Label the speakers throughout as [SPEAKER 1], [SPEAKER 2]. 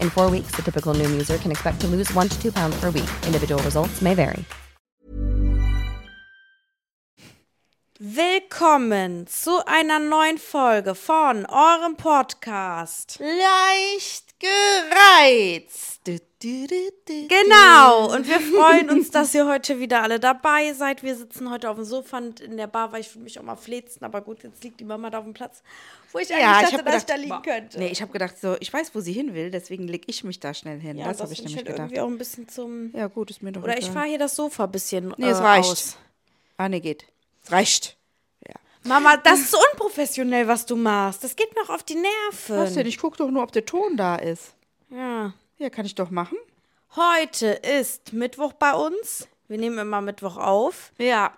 [SPEAKER 1] In four weeks, the typical Noom user can expect to lose one to two pounds per week. Individual results may vary.
[SPEAKER 2] Willkommen zu einer neuen Folge von eurem Podcast.
[SPEAKER 3] Leicht gereizt. Du, du, du, du,
[SPEAKER 2] Genau, und wir freuen uns, dass ihr heute wieder alle dabei seid. Wir sitzen heute auf dem Sofa und in der Bar, weil ich würde mich auch mal flezen, aber gut, jetzt liegt die Mama da auf dem Platz, wo ich eigentlich
[SPEAKER 3] Ja, ich
[SPEAKER 2] dachte,
[SPEAKER 3] habe
[SPEAKER 2] dass ich
[SPEAKER 3] gedacht,
[SPEAKER 2] da liegen könnte.
[SPEAKER 3] Nee, ich habe gedacht, so, ich weiß, wo sie hin will, deswegen leg ich mich da schnell hin.
[SPEAKER 2] ja,
[SPEAKER 3] das habe ich
[SPEAKER 2] finde
[SPEAKER 3] nämlich
[SPEAKER 2] halt
[SPEAKER 3] gedacht.
[SPEAKER 2] irgendwie auch ein bisschen zum...
[SPEAKER 3] Ja, gut, ist mir doch
[SPEAKER 2] Oder ich
[SPEAKER 3] egal.
[SPEAKER 2] fahre hier das Sofa ein bisschen
[SPEAKER 3] Nee, es
[SPEAKER 2] äh,
[SPEAKER 3] reicht.
[SPEAKER 2] aus.
[SPEAKER 3] Ah, nee, geht. Es reicht.
[SPEAKER 2] Mama, das ist unprofessionell, was du machst. Das geht mir auch auf die Nerven.
[SPEAKER 3] Was denn? Ich guck doch nur, ob der Ton da ist.
[SPEAKER 2] Ja.
[SPEAKER 3] Ja, kann ich doch machen.
[SPEAKER 2] Heute ist Mittwoch bei uns. Wir nehmen immer Mittwoch auf.
[SPEAKER 3] Ja.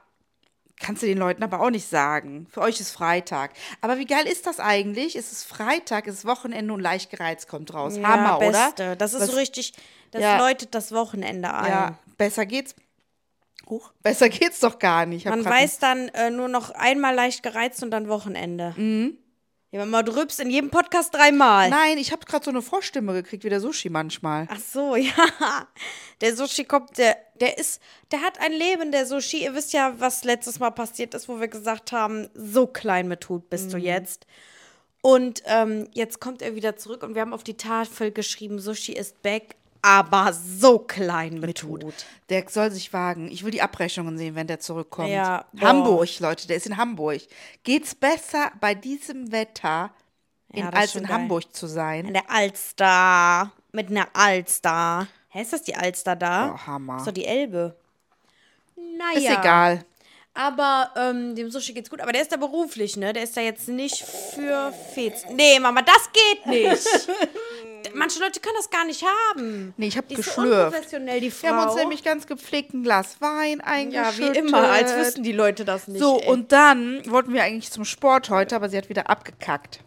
[SPEAKER 3] Kannst du den Leuten aber auch nicht sagen. Für euch ist Freitag. Aber wie geil ist das eigentlich? Es ist Freitag, es ist Wochenende und leicht gereizt kommt raus. Hammer,
[SPEAKER 2] Beste.
[SPEAKER 3] oder?
[SPEAKER 2] Das ist
[SPEAKER 3] Was-
[SPEAKER 2] so richtig, das
[SPEAKER 3] Ja.
[SPEAKER 2] läutet das Wochenende ein.
[SPEAKER 3] Ja, besser geht's. Huch, besser geht's doch gar nicht. Ich hab
[SPEAKER 2] Man
[SPEAKER 3] grad einen-
[SPEAKER 2] weiß dann äh, nur noch einmal leicht gereizt und dann Wochenende. Mhm. Ja, Mama, du rübst in jedem Podcast dreimal.
[SPEAKER 3] Nein, ich habe gerade so eine Vorstimme gekriegt, wie der Sushi manchmal.
[SPEAKER 2] Ach so, ja. Der Sushi kommt, der, der ist, der hat ein Leben, der Sushi. Ihr wisst ja, was letztes Mal passiert ist, wo wir gesagt haben, so klein mit Hut bist
[SPEAKER 3] Mhm.
[SPEAKER 2] du jetzt. Und ähm, jetzt kommt er wieder zurück und wir haben auf die Tafel geschrieben, Sushi ist back, aber so klein mit, Hut.
[SPEAKER 3] Der soll sich wagen. Ich will die Abrechnungen sehen, wenn der zurückkommt.
[SPEAKER 2] Ja, boah.
[SPEAKER 3] Hamburg, Leute, der ist in Hamburg. Geht's besser bei diesem Wetter, in,
[SPEAKER 2] Ja, das ist
[SPEAKER 3] als
[SPEAKER 2] schon
[SPEAKER 3] in
[SPEAKER 2] geil.
[SPEAKER 3] Hamburg zu
[SPEAKER 2] An
[SPEAKER 3] sein?
[SPEAKER 2] der Alster. Mit einer Alster. Hä, ist das die Alster da?
[SPEAKER 3] Oh, Hammer.
[SPEAKER 2] Ist doch die Elbe. Naja.
[SPEAKER 3] Ist egal.
[SPEAKER 2] Aber ähm, dem Sushi geht's gut. Aber der ist da beruflich, ne? Der ist da jetzt nicht für Fez. Nee, Mama, das geht nicht. Manche Leute können das gar nicht haben.
[SPEAKER 3] Nee, ich habe
[SPEAKER 2] Die ist so
[SPEAKER 3] geschlürft.
[SPEAKER 2] unprofessionell, die Frau.
[SPEAKER 3] Wir haben uns nämlich ganz gepflegt ein Glas Wein
[SPEAKER 2] ja,
[SPEAKER 3] eingeschüttet.
[SPEAKER 2] wie immer, als wüssten die Leute das nicht.
[SPEAKER 3] So,
[SPEAKER 2] ey.
[SPEAKER 3] und dann wollten wir eigentlich zum Sport heute, aber sie hat wieder abgekackt.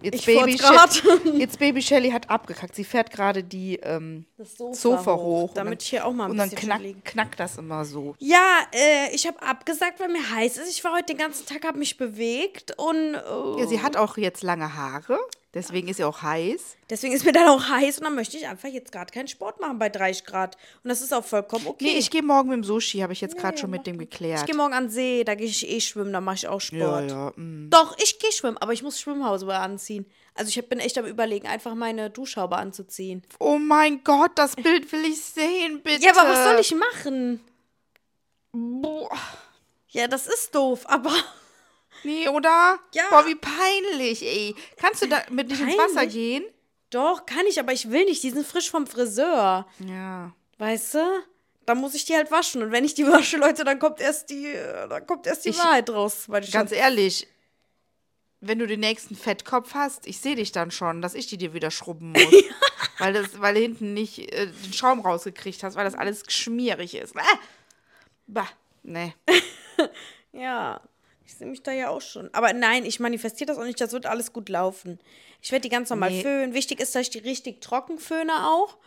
[SPEAKER 3] Jetzt
[SPEAKER 2] Ich furz grad.
[SPEAKER 3] She- Jetzt Baby Shelly hat abgekackt. Sie fährt gerade die ähm,
[SPEAKER 2] Das
[SPEAKER 3] Sofa,
[SPEAKER 2] Sofa
[SPEAKER 3] hoch.
[SPEAKER 2] hoch,
[SPEAKER 3] und
[SPEAKER 2] damit ich hier auch mal ein
[SPEAKER 3] Und dann
[SPEAKER 2] bisschen
[SPEAKER 3] knack,
[SPEAKER 2] liegen.
[SPEAKER 3] knackt das immer so.
[SPEAKER 2] Ja, äh, ich habe abgesagt, weil mir heiß ist. Ich war heute den ganzen Tag, habe mich bewegt und äh,
[SPEAKER 3] Ja, sie hat auch jetzt lange Haare, deswegen ist sie auch heiß.
[SPEAKER 2] deswegen ist mir dann auch heiß und dann möchte ich einfach jetzt gerade keinen Sport machen bei 30 Grad. Und das ist auch vollkommen okay.
[SPEAKER 3] Nee, ich gehe morgen mit dem Sushi, habe ich jetzt gerade schon mit dem geklärt.
[SPEAKER 2] Ich gehe morgen an den See, da gehe ich eh schwimmen, da mache ich
[SPEAKER 3] ja,
[SPEAKER 2] auch Sport.
[SPEAKER 3] ja, mm.
[SPEAKER 2] Doch, ich gehe schwimmen, aber ich muss Schwimmhaube anziehen. Also ich hab- bin echt am überlegen, einfach meine Duschhaube anzuziehen.
[SPEAKER 3] Oh mein Gott, das Bild will ich sehen, bitte.
[SPEAKER 2] Ja, aber was soll ich machen? Ja, das ist doof, aber
[SPEAKER 3] Nee, oder?
[SPEAKER 2] Ja.
[SPEAKER 3] Boah, wie peinlich, ey. Kannst du damit nicht ins Wasser
[SPEAKER 2] Peinlich?
[SPEAKER 3] gehen?
[SPEAKER 2] doch, kann ich, aber ich will nicht. Die sind frisch vom Friseur.
[SPEAKER 3] Ja.
[SPEAKER 2] Weißt du? Dann muss ich die halt waschen. Und wenn ich die wasche, Leute, dann kommt erst die, äh, dann kommt erst die
[SPEAKER 3] Ich-
[SPEAKER 2] Wahrheit raus. Weil ich
[SPEAKER 3] Ganz ehrlich, wenn du den nächsten Fettkopf hast, ich sehe dich dann schon, dass ich die dir wieder schrubben muss. weil, das, weil du hinten nicht äh, den Schaum rausgekriegt hast, weil das alles schmierig ist. Äh! Bah, nee.
[SPEAKER 2] Ja, ich sehe mich da ja auch schon. Aber nein, ich manifestiere das auch nicht. Das wird alles gut laufen. Ich werde die ganz normal
[SPEAKER 3] Nee.
[SPEAKER 2] föhnen. Wichtig ist, dass ich die richtig trocken föhne auch.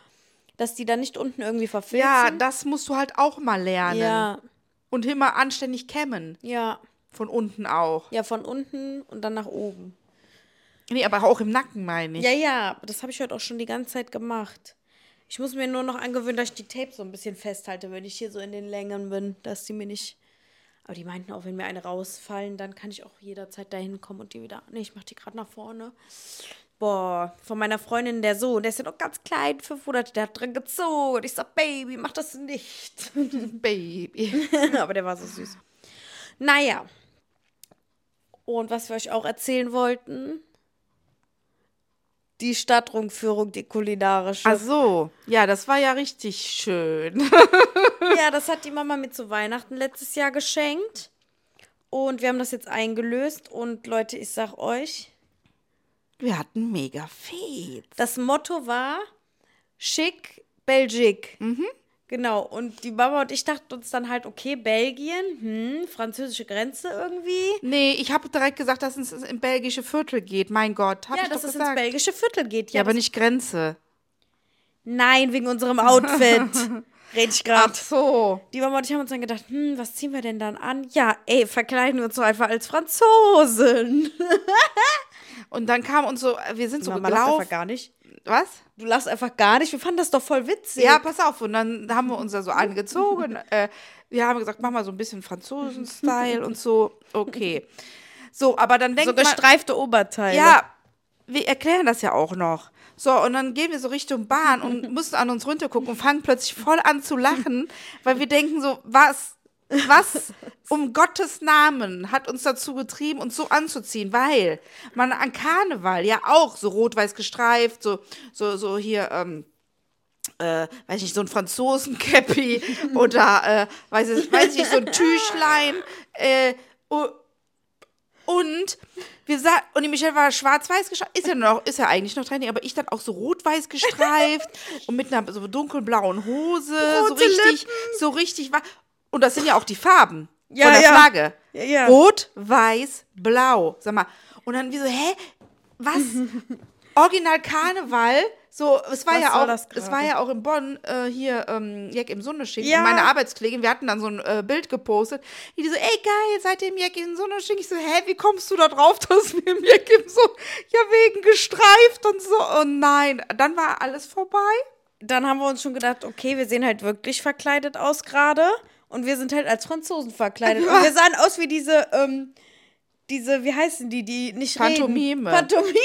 [SPEAKER 4] dass die dann nicht unten irgendwie verfilzen.
[SPEAKER 2] Ja, das musst du halt auch mal lernen.
[SPEAKER 4] ja,
[SPEAKER 2] Und immer anständig kämmen.
[SPEAKER 4] ja,
[SPEAKER 2] Von unten auch.
[SPEAKER 4] ja, von unten und dann nach oben.
[SPEAKER 2] Nee, aber auch im Nacken meine ich.
[SPEAKER 4] Ja, ja, das habe ich heute auch schon die ganze Zeit gemacht. Ich muss mir nur noch angewöhnen, dass ich die Tape so ein bisschen festhalte, wenn ich hier so in den Längen bin, dass die mir nicht. Aber die meinten auch, wenn mir eine rausfallen, dann kann ich auch jederzeit dahin kommen und die wieder. Nee, ich mache die gerade nach vorne. Boah, von meiner Freundin der Sohn, der ist ja noch ganz klein, fünf Monate, der hat dran gezogen. Ich sag, Baby, mach das nicht.
[SPEAKER 2] Baby.
[SPEAKER 4] Aber der war so süß. Naja. Und was wir euch auch erzählen wollten, die Stadtrundführung, die kulinarische.
[SPEAKER 2] Ach so. Ja, das war ja richtig schön.
[SPEAKER 4] ja, das hat die Mama mir zu Weihnachten letztes Jahr geschenkt. Und wir haben das jetzt eingelöst. Und Leute, ich sag euch,
[SPEAKER 2] Wir hatten mega Fee.
[SPEAKER 4] das Motto war schick, Belgique.
[SPEAKER 2] Mhm.
[SPEAKER 4] Genau, und die Mama und ich dachten uns dann halt, okay, Belgien, hm, französische Grenze irgendwie.
[SPEAKER 2] Nee, ich habe direkt gesagt, dass es ins belgische Viertel geht. Mein Gott, hab
[SPEAKER 4] ja,
[SPEAKER 2] ich
[SPEAKER 4] dass
[SPEAKER 2] doch
[SPEAKER 4] es
[SPEAKER 2] gesagt.
[SPEAKER 4] ins belgische Viertel geht.
[SPEAKER 2] ja, aber
[SPEAKER 4] das-
[SPEAKER 2] nicht Grenze.
[SPEAKER 4] Nein, wegen unserem Outfit. Red ich gerade.
[SPEAKER 2] so.
[SPEAKER 4] Die Mama und ich haben uns dann gedacht, hm, was ziehen wir denn dann an? Ja, ey, verkleiden wir uns so einfach als Franzosen.
[SPEAKER 2] Und dann kam uns so, wir sind so
[SPEAKER 4] Mama lacht einfach
[SPEAKER 2] gelaufen.
[SPEAKER 4] gar nicht.
[SPEAKER 2] Was?
[SPEAKER 4] Du lachst einfach gar nicht. Wir fanden das doch voll witzig.
[SPEAKER 2] Ja, pass auf. Und dann haben wir uns da so angezogen. äh, wir haben gesagt, mach mal so ein bisschen Franzosen-Style und so. Okay. So, aber dann denkt
[SPEAKER 4] so
[SPEAKER 2] man.
[SPEAKER 4] gestreifte Oberteile.
[SPEAKER 2] Ja, wir erklären das ja auch noch. So, und dann gehen wir so Richtung Bahn und müssen an uns runtergucken und fangen plötzlich voll an zu lachen, weil wir denken so, was, was um Gottes Namen hat uns dazu getrieben, uns so anzuziehen, weil man an Karneval ja auch so rot-weiß gestreift, so, so, so hier, ähm, äh, weiß ich nicht, so ein Franzosen-Cappy oder, äh, weiß, ich, weiß ich nicht, so ein Tüchlein, äh, o- und wir sah, und die Michelle war schwarz-weiß gestreift. Ist ja noch, ist ja eigentlich noch Training, aber ich dann auch so rot-weiß gestreift und mit einer so dunkelblauen Hose, so
[SPEAKER 4] Rote
[SPEAKER 2] richtig, so richtig wa- Und das sind ja auch die Farben
[SPEAKER 4] Ja,
[SPEAKER 2] von der
[SPEAKER 4] ja.
[SPEAKER 2] Flagge.
[SPEAKER 4] Ja, ja.
[SPEAKER 2] Rot, weiß, blau. Sag mal. Und dann wie so, hä? Was? Original Karneval. So, es war
[SPEAKER 4] Was
[SPEAKER 2] ja
[SPEAKER 4] soll
[SPEAKER 2] auch,
[SPEAKER 4] das
[SPEAKER 2] es war
[SPEAKER 4] gerade?
[SPEAKER 2] ja auch in Bonn äh, hier ähm, Jack im Sonnenschein.
[SPEAKER 4] Ja.
[SPEAKER 2] Und meine Arbeitskollegin, wir hatten dann so ein äh, Bild gepostet. Die so, ey geil, seid ihr im Jack im Sonnenschein? Ich so, hä, wie kommst du da drauf, dass wir im Jack im Sonnenschein? Ja, wegen gestreift und so. Oh nein, dann war alles vorbei.
[SPEAKER 4] Dann haben wir uns schon gedacht, okay, wir sehen halt wirklich verkleidet aus gerade. Und wir sind halt als Franzosen verkleidet. Und wir sahen aus wie diese, ähm, diese, wie heißen die, die nicht reden.
[SPEAKER 2] Pantomime.
[SPEAKER 4] Pantomime.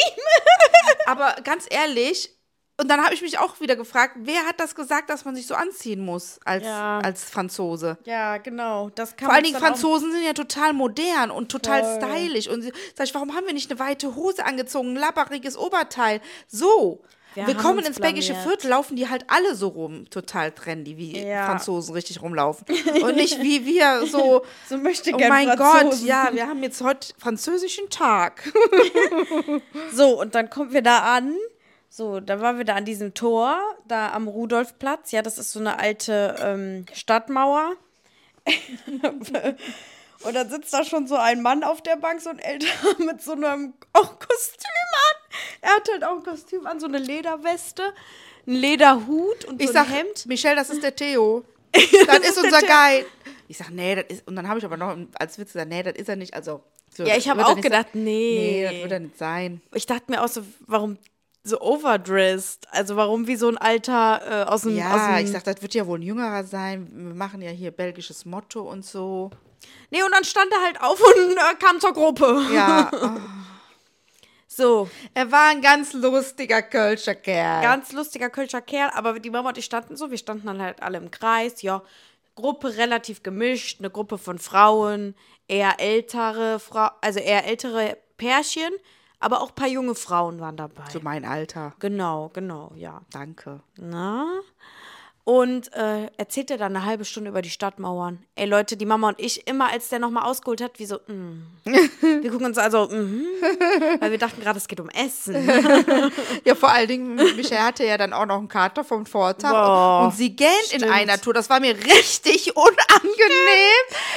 [SPEAKER 2] Aber ganz ehrlich, und dann habe ich mich auch wieder gefragt, wer hat das gesagt, dass man sich so anziehen muss als,
[SPEAKER 4] Ja.
[SPEAKER 2] als Franzose?
[SPEAKER 4] Ja, genau. Das kann
[SPEAKER 2] Vor allen
[SPEAKER 4] uns
[SPEAKER 2] Dingen
[SPEAKER 4] dann auch-
[SPEAKER 2] Franzosen sind ja total modern und total
[SPEAKER 4] Voll.
[SPEAKER 2] stylisch. Und sie- sag ich, warum haben wir nicht eine weite Hose angezogen, ein labberiges Oberteil? So.
[SPEAKER 4] Wir
[SPEAKER 2] wir
[SPEAKER 4] haben
[SPEAKER 2] kommen
[SPEAKER 4] uns
[SPEAKER 2] ins belgische
[SPEAKER 4] blamiert.
[SPEAKER 2] Viertel, laufen die halt alle so rum, total trendy, wie
[SPEAKER 4] Ja.
[SPEAKER 2] Franzosen richtig rumlaufen. Und nicht wie wir so.
[SPEAKER 4] So möchte
[SPEAKER 2] Oh
[SPEAKER 4] gern
[SPEAKER 2] mein Gott,
[SPEAKER 4] Franzosen.
[SPEAKER 2] ja, wir haben jetzt heute französischen Tag.
[SPEAKER 4] So, und dann kommen wir da an. So, dann waren wir da an diesem Tor, da am Rudolfplatz. Ja, das ist so eine alte ähm, Stadtmauer. und dann sitzt da schon so ein Mann auf der Bank, so ein älterer mit so einem auch Kostüm an. Er hat halt auch ein Kostüm an, so eine Lederweste, einen Lederhut und so
[SPEAKER 2] Ich
[SPEAKER 4] ein
[SPEAKER 2] sag,
[SPEAKER 4] Hemd.
[SPEAKER 2] Michelle, das ist der Theo. Das ist unser Guide. Ich sag, nee, das ist. Und dann habe ich aber noch als Witz gesagt, nee, das ist er nicht. Also, so,
[SPEAKER 4] Ja,
[SPEAKER 2] das
[SPEAKER 4] ich habe
[SPEAKER 2] wird er
[SPEAKER 4] auch
[SPEAKER 2] nicht sein.
[SPEAKER 4] gedacht, nee.
[SPEAKER 2] Nee, das wird er nicht sein.
[SPEAKER 4] Ich dachte mir auch so, warum so overdressed? Also warum wie so ein alter äh, aus dem aus
[SPEAKER 2] Ja,
[SPEAKER 4] dem-
[SPEAKER 2] ich sag, das wird ja wohl ein jüngerer sein. Wir machen ja hier belgisches Motto und so.
[SPEAKER 4] Nee, und dann stand er halt auf und äh, kam zur Gruppe.
[SPEAKER 2] Ja, ach,
[SPEAKER 4] So,
[SPEAKER 2] er war ein ganz lustiger Kölscher Kerl.
[SPEAKER 4] ganz lustiger Kölscher Kerl, aber die Mama und ich standen so, wir standen dann halt alle im Kreis, ja, Gruppe relativ gemischt, eine Gruppe von Frauen, eher ältere Frau, also eher ältere Pärchen, aber auch ein paar junge Frauen waren dabei.
[SPEAKER 2] so mein Alter.
[SPEAKER 4] Genau, genau, ja.
[SPEAKER 2] Danke.
[SPEAKER 4] Na? Und äh, erzählt er dann eine halbe Stunde über die Stadtmauern. Ey Leute, die Mama und ich, immer als der nochmal ausgeholt hat, wie so, mm. wir gucken uns also, mhm, weil wir dachten gerade, es geht um Essen.
[SPEAKER 2] Genau. Ja, vor allen Dingen, Michelle hatte ja dann auch noch einen Kater vom Vortag
[SPEAKER 4] Boah,
[SPEAKER 2] und sie gähnt in
[SPEAKER 4] stimmt.
[SPEAKER 2] einer Tour. Das war mir richtig unangenehm.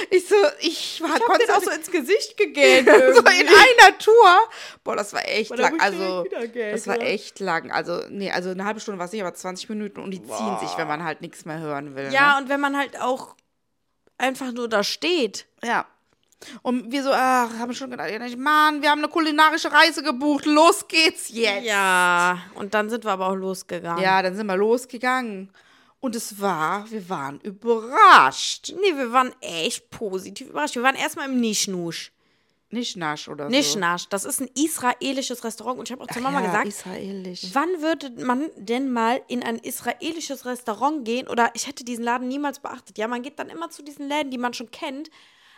[SPEAKER 2] Ich so, ich war
[SPEAKER 4] hab den auch so
[SPEAKER 2] ins Gesicht gegähnt. so in einer Tour. Boah, das war echt
[SPEAKER 4] Boah, da
[SPEAKER 2] lang.
[SPEAKER 4] muss ich direkt
[SPEAKER 2] Also,
[SPEAKER 4] wieder ne? Geld,
[SPEAKER 2] das war
[SPEAKER 4] oder?
[SPEAKER 2] echt lang. Also, nee, also eine halbe Stunde war es nicht, aber 20 Minuten und die ziehen sich, wenn man halt nichts mehr hören will. ne?
[SPEAKER 4] Ja, und wenn man halt auch einfach nur da steht.
[SPEAKER 2] ne? ja. Und wir so, ach, haben schon gedacht, ja, nicht, Mann, wir haben eine kulinarische Reise gebucht, los geht's jetzt.
[SPEAKER 4] Ja, und dann sind wir aber auch losgegangen.
[SPEAKER 2] Ja, dann sind wir losgegangen. Und es war, wir waren überrascht.
[SPEAKER 4] Nee, wir waren echt positiv überrascht. Wir waren erstmal im Nischnusch.
[SPEAKER 2] Nicht nasch oder so.
[SPEAKER 4] Nischnasch, das ist ein israelisches Restaurant. Und ich habe auch zu Mama
[SPEAKER 2] Also. ja,
[SPEAKER 4] gesagt,
[SPEAKER 2] israelisch.
[SPEAKER 4] wann würde man denn mal in ein israelisches Restaurant gehen? Oder ich hätte diesen Laden niemals beachtet. Ja, man geht dann immer zu diesen Läden, die man schon kennt.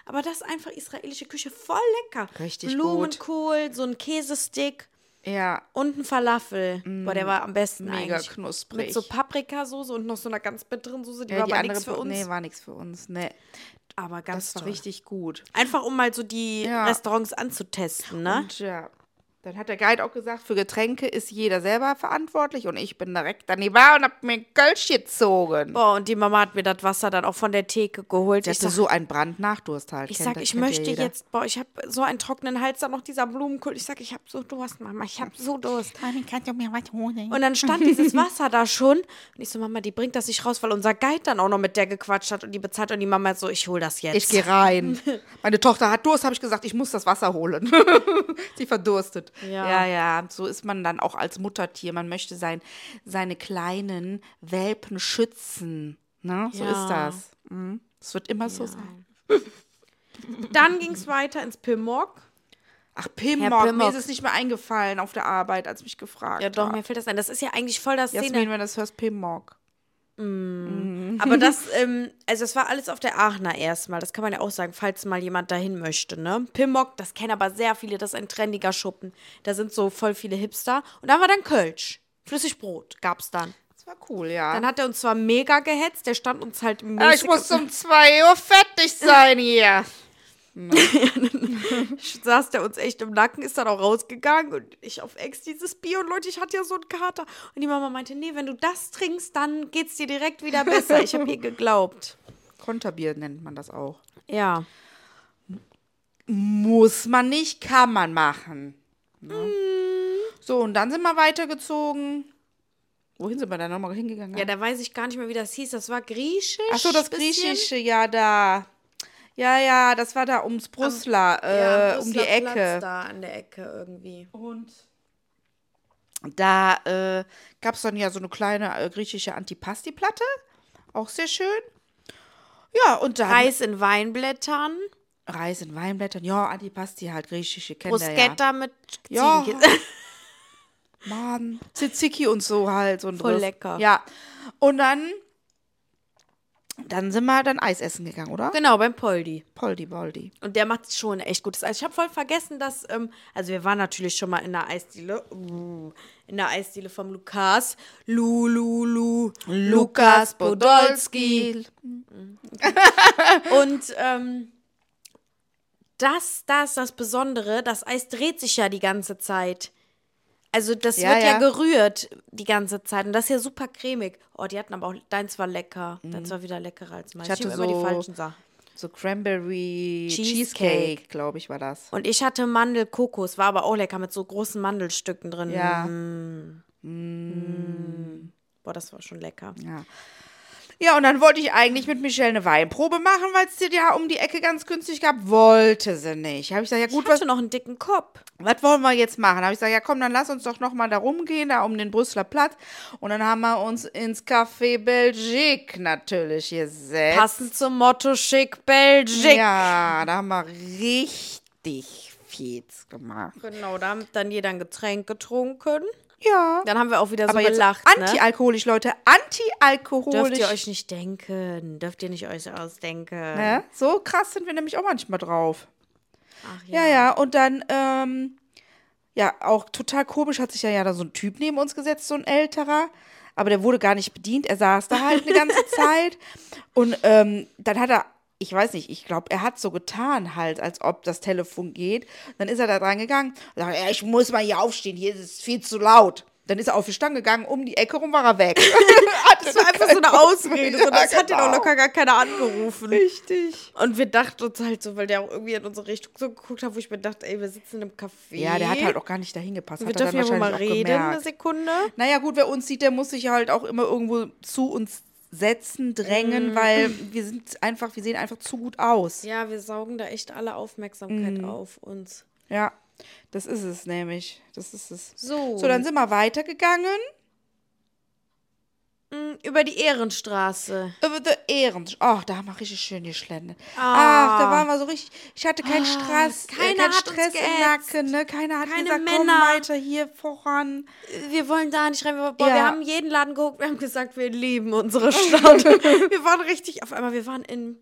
[SPEAKER 4] Aber das ist einfach israelische Küche, voll lecker.
[SPEAKER 2] Richtig gut.
[SPEAKER 4] Blumenkohl, so ein Käsestick
[SPEAKER 2] Ja,
[SPEAKER 4] und ein Falafel. Boah, der war am besten
[SPEAKER 2] Mm. mega
[SPEAKER 4] eigentlich.
[SPEAKER 2] knusprig.
[SPEAKER 4] Mit so Paprikasoße und noch so einer ganz bitteren Soße, die
[SPEAKER 2] Ja,
[SPEAKER 4] war
[SPEAKER 2] die
[SPEAKER 4] aber
[SPEAKER 2] andere
[SPEAKER 4] nichts für uns.
[SPEAKER 2] Nee, war nichts für uns. Nee,
[SPEAKER 4] aber ganz
[SPEAKER 2] das war
[SPEAKER 4] toll.
[SPEAKER 2] richtig gut.
[SPEAKER 4] Einfach um mal so die
[SPEAKER 2] Ja.
[SPEAKER 4] Restaurants anzutesten, ne?
[SPEAKER 2] Und ja, dann hat der Guide auch gesagt, für Getränke ist jeder selber verantwortlich und ich bin direkt an die Bar und hab mir ein Kölsch gezogen.
[SPEAKER 4] Boah, und die Mama hat mir das Wasser dann auch von der Theke geholt.
[SPEAKER 2] Der
[SPEAKER 4] Ich
[SPEAKER 2] hatte
[SPEAKER 4] sag,
[SPEAKER 2] so einen Brandnachdurst halt.
[SPEAKER 4] ich,
[SPEAKER 2] kennt-
[SPEAKER 4] sag, ich
[SPEAKER 2] kennt ja
[SPEAKER 4] möchte
[SPEAKER 2] jeder.
[SPEAKER 4] jetzt, boah, ich habe so einen trockenen Hals, dann noch dieser Blumenkohl. Ich sag, ich habe so Durst, Mama, ich habe so Durst.
[SPEAKER 2] Mami, kannst du mir was holen?
[SPEAKER 4] Und dann stand dieses Wasser da schon. Und ich so, Mama, die bringt das nicht raus, weil unser Guide dann auch noch mit der gequatscht hat und die bezahlt. Und die Mama so, ich hol das jetzt.
[SPEAKER 2] Ich gehe rein. Meine Tochter hat Durst, habe ich gesagt, ich muss das Wasser holen. Die verdurstet.
[SPEAKER 4] Ja.
[SPEAKER 2] ja, ja, so ist man dann auch als Muttertier. Man möchte sein, seine kleinen Welpen schützen. Ne? So
[SPEAKER 4] Ja.
[SPEAKER 2] ist das. Mhm. Es wird immer so sein.
[SPEAKER 4] Dann ging es weiter ins Pimmock.
[SPEAKER 2] Ach, Pimmock,
[SPEAKER 4] Herr
[SPEAKER 2] mir
[SPEAKER 4] Pimmock.
[SPEAKER 2] ist es nicht mehr eingefallen auf der Arbeit, als mich gefragt
[SPEAKER 4] Ja, doch,
[SPEAKER 2] hat.
[SPEAKER 4] mir fällt das ein. Das ist ja eigentlich voll das Szene.
[SPEAKER 2] Jasmin, wenn du das hörst, Pimmock.
[SPEAKER 4] Aber das, ähm, also das war alles auf der Aachener erstmal. Das kann man ja auch sagen, falls mal jemand dahin möchte, ne? Pimmock, das kennen aber sehr viele, das ist ein trendiger Schuppen. Da sind so voll viele Hipster. Und da war dann Kölsch. Flüssigbrot gab's dann.
[SPEAKER 2] Das war cool, ja.
[SPEAKER 4] Dann hat er uns zwar mega gehetzt, der stand uns halt
[SPEAKER 2] Ah,
[SPEAKER 4] mega.
[SPEAKER 2] ich muss um 2 Uhr fertig sein hier.
[SPEAKER 4] saß der uns echt im Nacken, ist dann auch rausgegangen und ich auf Ex dieses Bier und Leute, ich hatte ja so einen Kater. Und die Mama meinte, nee, wenn du das trinkst, dann geht's dir direkt wieder besser. Ich habe ihr geglaubt.
[SPEAKER 2] Konterbier nennt man das auch.
[SPEAKER 4] Ja.
[SPEAKER 2] Muss man nicht, kann man machen. Ne?
[SPEAKER 4] Mhm.
[SPEAKER 2] So, und dann sind wir weitergezogen. Wohin sind wir da nochmal hingegangen?
[SPEAKER 4] Ja, da weiß ich gar nicht mehr, wie das hieß. Das war griechisch.
[SPEAKER 2] Ach so, das
[SPEAKER 4] bisschen.
[SPEAKER 2] Griechische, ja, da. Ja, ja, das war da ums Brüsseler, äh, um die
[SPEAKER 4] Brüsseler Platz
[SPEAKER 2] Ecke.
[SPEAKER 4] Da an der Ecke irgendwie.
[SPEAKER 2] Und da äh, gab es dann ja so eine kleine äh, griechische Antipasti-Platte. Auch sehr schön. Ja, und dann
[SPEAKER 4] Reis in Weinblättern,
[SPEAKER 2] Reis in Weinblättern. Ja, Antipasti halt griechische Kinder.
[SPEAKER 4] Bruschetta mit
[SPEAKER 2] Ja.
[SPEAKER 4] Ziegenkäse.
[SPEAKER 2] Ja. Mann. Tzatziki und so halt. So ein
[SPEAKER 4] Voll
[SPEAKER 2] Driss.
[SPEAKER 4] lecker.
[SPEAKER 2] Ja. Und dann, dann sind wir dann Eis essen gegangen, oder?
[SPEAKER 4] Genau, beim Poldi.
[SPEAKER 2] Poldi, Poldi.
[SPEAKER 4] Und der macht schon echt gutes Eis. Ich habe voll vergessen, dass, ähm, also wir waren natürlich schon mal in der Eisdiele, uh, in der Eisdiele vom Lukas. Lululu, Lukas Podolski. Und ähm, das, das, das Besondere, das Eis dreht sich ja die ganze Zeit. Also das
[SPEAKER 2] Ja,
[SPEAKER 4] wird ja.
[SPEAKER 2] ja.
[SPEAKER 4] gerührt die ganze Zeit und das ist ja super cremig. Oh, die hatten aber auch, deins war lecker. Deins war wieder leckerer als meins.
[SPEAKER 2] Mhm. hatte
[SPEAKER 4] nehme immer die
[SPEAKER 2] so-
[SPEAKER 4] falschen Sachen.
[SPEAKER 2] So Cranberry
[SPEAKER 4] Cheesecake.
[SPEAKER 2] Cheesecake, glaube ich, war das.
[SPEAKER 4] Und ich hatte Mandelkokos, war aber auch lecker mit so großen Mandelstücken drin.
[SPEAKER 2] Ja.
[SPEAKER 4] Mm. Mm. Boah, das war schon lecker.
[SPEAKER 2] Ja. Ja, und dann wollte ich eigentlich mit Michelle eine Weinprobe machen, weil es dir ja um die Ecke ganz günstig gab. Wollte sie nicht. Habe ich gesagt, ja
[SPEAKER 4] Gut,
[SPEAKER 2] gut,
[SPEAKER 4] ich
[SPEAKER 2] was,
[SPEAKER 4] hatte noch einen dicken Kopf.
[SPEAKER 2] was wollen wir jetzt machen? Habe ich gesagt, ja komm, dann lass uns doch nochmal da rumgehen, da um den Brüsseler Platz. Und dann haben wir uns ins Café Belgique natürlich gesetzt.
[SPEAKER 4] Passend zum Motto Schick Belgique.
[SPEAKER 2] Ja, da haben wir richtig Fietz gemacht.
[SPEAKER 4] Genau, da haben dann jeder ein Getränk getrunken.
[SPEAKER 2] Ja.
[SPEAKER 4] Dann haben wir auch wieder
[SPEAKER 2] Aber
[SPEAKER 4] so
[SPEAKER 2] Also jetzt
[SPEAKER 4] gelacht. Ne?
[SPEAKER 2] antialkoholisch, Leute. Antialkoholisch.
[SPEAKER 4] Dürft ihr euch nicht denken. Dürft ihr nicht euch ausdenken.
[SPEAKER 2] Ne? So krass sind wir nämlich auch manchmal drauf.
[SPEAKER 4] Hm? Ach ja.
[SPEAKER 2] Ja, ja, und dann, ähm, ja, auch total komisch hat sich ja, ja da so ein Typ neben uns gesetzt, so ein älterer. Aber der wurde gar nicht bedient. Er saß da halt eine ganze Zeit. Und ähm, dann hat er, ich weiß nicht, ich glaube, er hat so getan halt, als ob das Telefon geht. Und dann ist er da dran gegangen und sagt, ja, ich muss mal hier aufstehen, hier ist es viel zu laut. Dann ist er auf die Stange gegangen, um die Ecke rum war er weg.
[SPEAKER 4] Das war einfach so eine Ausrede. So, das hat ihn auch locker gar keiner angerufen.
[SPEAKER 2] Richtig.
[SPEAKER 4] Und wir dachten uns halt so, weil der auch irgendwie in unsere Richtung so geguckt hat, wo ich mir dachte, ey, wir sitzen in einem Café.
[SPEAKER 2] Ja, der hat halt auch gar nicht dahin gepasst.
[SPEAKER 4] Wir
[SPEAKER 2] hat er
[SPEAKER 4] dürfen ja
[SPEAKER 2] dann
[SPEAKER 4] wohl mal
[SPEAKER 2] wahrscheinlich auch
[SPEAKER 4] reden, eine
[SPEAKER 2] gemerkt.
[SPEAKER 4] Sekunde.
[SPEAKER 2] Naja, gut, wer uns sieht, der muss sich halt auch immer irgendwo zu uns setzen, drängen, weil wir sind einfach, wir sehen einfach zu gut aus. Ja.
[SPEAKER 4] Mhm. Ja, wir saugen da echt alle
[SPEAKER 2] Mhm.
[SPEAKER 4] Aufmerksamkeit auf uns.
[SPEAKER 2] Das ist es nämlich. Das ist es.
[SPEAKER 4] So.
[SPEAKER 2] So, dann sind wir weitergegangen.
[SPEAKER 4] Über die Ehrenstraße.
[SPEAKER 2] Über die Ehren. Ach, da haben wir richtig schön geschlendert. Ach, da waren wir so richtig. Ich hatte keinen Stress,
[SPEAKER 4] Ah. keiner
[SPEAKER 2] äh, keinen
[SPEAKER 4] hat uns
[SPEAKER 2] Stress im
[SPEAKER 4] geätzt.
[SPEAKER 2] Nacken, ne? Keiner hat
[SPEAKER 4] Keine
[SPEAKER 2] gesagt,
[SPEAKER 4] Männer.
[SPEAKER 2] komm weiter hier voran.
[SPEAKER 4] Wir wollen da nicht rein. Wir, boah,
[SPEAKER 2] Ja.
[SPEAKER 4] wir haben jeden Laden geguckt. Wir haben gesagt, wir lieben unsere Stadt. wir waren richtig, auf einmal, wir waren in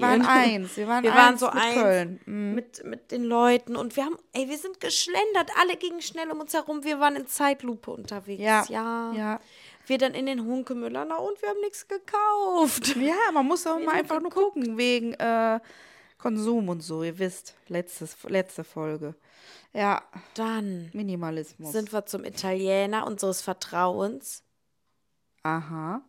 [SPEAKER 2] Wir waren eins. Wir waren,
[SPEAKER 4] Wir
[SPEAKER 2] eins
[SPEAKER 4] waren so
[SPEAKER 2] mit
[SPEAKER 4] eins
[SPEAKER 2] Köln. Mhm.
[SPEAKER 4] mit, mit den Leuten. Und wir haben, ey, wir sind geschlendert. Alle gingen schnell um uns herum. Wir waren in Zeitlupe unterwegs.
[SPEAKER 2] Ja.
[SPEAKER 4] ja.
[SPEAKER 2] ja.
[SPEAKER 4] Wir dann in den Hunkemüller. Na und wir haben nichts gekauft.
[SPEAKER 2] Ja, man muss auch mal einfach nur gucken, wegen äh, Konsum und so. Ihr wisst, letztes, letzte Folge. Ja,
[SPEAKER 4] Dann
[SPEAKER 2] Minimalismus.
[SPEAKER 4] sind wir zum Italiener unseres Vertrauens.
[SPEAKER 2] Aha.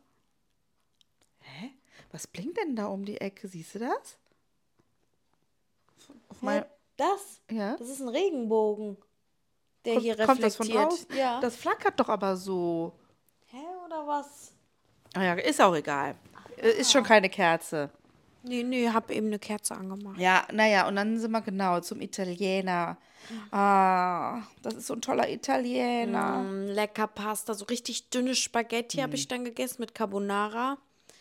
[SPEAKER 2] Hä? Was blinkt denn da um die Ecke? Siehst du das? Auf mein,
[SPEAKER 4] Das?
[SPEAKER 2] ja.
[SPEAKER 4] Das ist ein Regenbogen, der hier reflektiert.
[SPEAKER 2] das von draußen?
[SPEAKER 4] Ja.
[SPEAKER 2] Das flackert doch aber so.
[SPEAKER 4] Hä, oder was?
[SPEAKER 2] Ah ja, ist auch egal. Äh, Ist schon keine Kerze.
[SPEAKER 4] Nee, nee, hab eben eine Kerze angemacht.
[SPEAKER 2] Ja, naja, und dann sind wir genau zum Italiener. Ah, das ist so ein toller Italiener.
[SPEAKER 4] Mm, lecker Pasta, so richtig dünne Spaghetti
[SPEAKER 2] Hm.
[SPEAKER 4] habe ich dann gegessen mit Carbonara.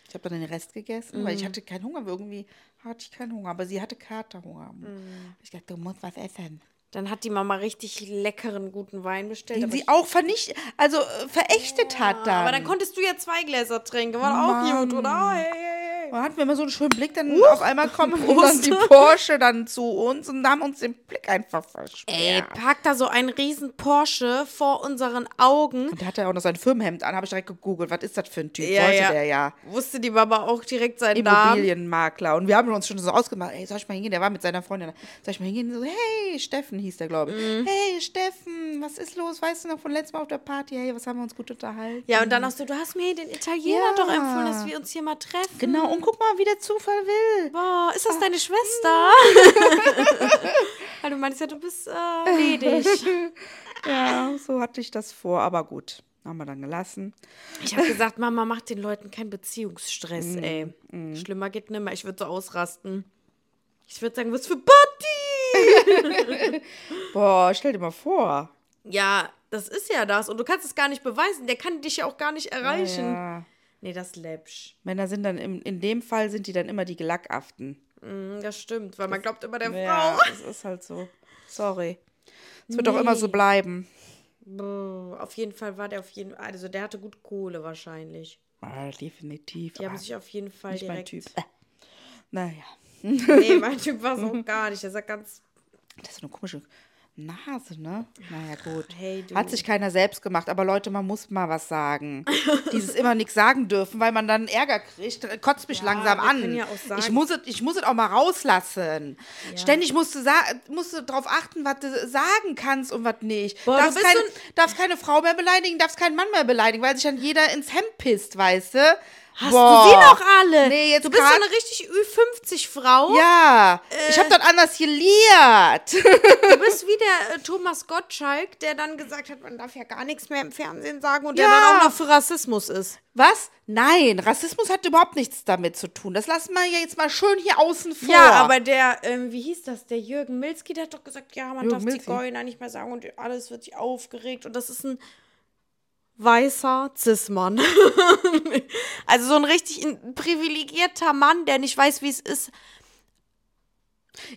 [SPEAKER 2] Ich habe dann den Rest gegessen, weil ich
[SPEAKER 4] Mhm.
[SPEAKER 2] hatte keinen Hunger. weil Irgendwie hatte ich keinen Hunger, aber sie hatte Katerhunger.
[SPEAKER 4] Mhm.
[SPEAKER 2] Ich dachte, du musst was essen.
[SPEAKER 4] Dann hat die Mama richtig leckeren, guten Wein bestellt.
[SPEAKER 2] Den
[SPEAKER 4] aber
[SPEAKER 2] sie
[SPEAKER 4] ich-
[SPEAKER 2] auch vernichtet, also äh, verächtet hat dann.
[SPEAKER 4] aber dann konntest du ja zwei Gläser trinken. War auch gut, oder? Hey, hey, hey.
[SPEAKER 2] Man hat mir immer so einen schönen Blick, dann auf einmal kommen dann die Porsche dann zu uns und haben uns den Blick einfach
[SPEAKER 4] Ey,
[SPEAKER 2] versperrt.
[SPEAKER 4] parkt da so einen riesen Porsche vor unseren Augen.
[SPEAKER 2] Und der hatte ja auch noch sein Firmenhemd an, habe ich direkt gegoogelt. Was ist das für ein Typ?
[SPEAKER 4] Ja,
[SPEAKER 2] Wollte
[SPEAKER 4] ja.
[SPEAKER 2] der ja.
[SPEAKER 4] Wusste die Mama auch direkt seinen Namen.
[SPEAKER 2] Immobilienmakler. Und wir haben uns schon so ausgemacht, ey, soll ich mal hingehen? Der war mit seiner Freundin. da. Soll ich mal hingehen? So, hey, Steffen hieß der, glaube ich. Hey, Steffen, was ist los? Weißt du noch von letztem Mal auf der Party? Hey, was haben wir uns gut unterhalten?
[SPEAKER 4] Ja, und dann hast du, du hast mir den Italiener
[SPEAKER 2] Ja.
[SPEAKER 4] doch empfohlen, dass wir uns hier mal treffen.
[SPEAKER 2] Genau, und guck mal, wie der Zufall will.
[SPEAKER 4] Boah, ist das deine Schwester? Weil du meinst ja, du bist äh, ledig.
[SPEAKER 2] Ja, so hatte ich das vor, aber gut. Haben wir dann gelassen.
[SPEAKER 4] Ich habe gesagt, Mama, mach den Leuten keinen Beziehungsstress, ey. Schlimmer geht nimmer. Ich würde so ausrasten. Ich würde sagen, was für Party!
[SPEAKER 2] Boah, stell dir mal vor.
[SPEAKER 4] ja, das ist ja das. Und du kannst es gar nicht beweisen. Der kann dich ja auch gar nicht erreichen.
[SPEAKER 2] Ja.
[SPEAKER 4] Nee, das ist läppsch.
[SPEAKER 2] Männer sind dann, im, in dem Fall sind die dann immer die Gelackaften.
[SPEAKER 4] Hm, Das stimmt, weil man glaubt immer der
[SPEAKER 2] Ja,
[SPEAKER 4] Frau.
[SPEAKER 2] das ist halt so. Sorry. Es wird doch immer so bleiben.
[SPEAKER 4] Buh, Auf jeden Fall war der auf jeden Also der hatte gut Kohle wahrscheinlich.
[SPEAKER 2] Ah, definitiv.
[SPEAKER 4] Die haben
[SPEAKER 2] aber-
[SPEAKER 4] sich auf jeden Fall
[SPEAKER 2] Ah, nicht mein
[SPEAKER 4] direkt.
[SPEAKER 2] Typ. Äh. Naja,
[SPEAKER 4] Nee, mein Typ war so gar nicht. Der sagt ganz.
[SPEAKER 2] das ist eine komische Nase, ne? Naja, gut.
[SPEAKER 4] Hey, du.
[SPEAKER 2] Hat sich keiner selbst gemacht, aber Leute, man muss mal was sagen. Dieses immer nichts sagen dürfen, weil man dann Ärger kriegt, äh, kotzt mich langsam
[SPEAKER 4] wir
[SPEAKER 2] an.
[SPEAKER 4] können ja auch sagen-
[SPEAKER 2] Ich muss es ich muss es auch mal rauslassen. Ständig musst du, sa- musst du darauf achten, was du sagen kannst und was nicht.
[SPEAKER 4] Boah, du
[SPEAKER 2] darfst,
[SPEAKER 4] bist
[SPEAKER 2] kein,
[SPEAKER 4] so
[SPEAKER 2] darfst keine Frau mehr beleidigen, darfst keinen Mann mehr beleidigen, weil sich dann jeder ins Hemd pisst, weißt du?
[SPEAKER 4] Hast du sie noch alle?
[SPEAKER 2] Nee, jetzt
[SPEAKER 4] du bist so
[SPEAKER 2] grad-
[SPEAKER 4] eine richtig Ü50-Frau.
[SPEAKER 2] Ja, ich
[SPEAKER 4] Äh.
[SPEAKER 2] habe dann anders geliert.
[SPEAKER 4] Du bist wie der äh, Thomas Gottschalk, der dann gesagt hat, man darf ja gar nichts mehr im Fernsehen sagen und
[SPEAKER 2] Ja.
[SPEAKER 4] der dann auch noch für Rassismus ist.
[SPEAKER 2] Was? Nein, Rassismus hat überhaupt nichts damit zu tun. Das lassen wir ja jetzt mal schön hier außen vor.
[SPEAKER 4] Ja, aber der, ähm, wie hieß das, der Jürgen Milski, der hat doch gesagt, ja, man
[SPEAKER 2] Jürgen
[SPEAKER 4] darf
[SPEAKER 2] Milski.
[SPEAKER 4] Zigeuner nicht mehr sagen und alles wird sich aufgeregt und das ist ein weißer Cis-Mann. also so ein richtig ein privilegierter Mann, der nicht weiß, wie es ist,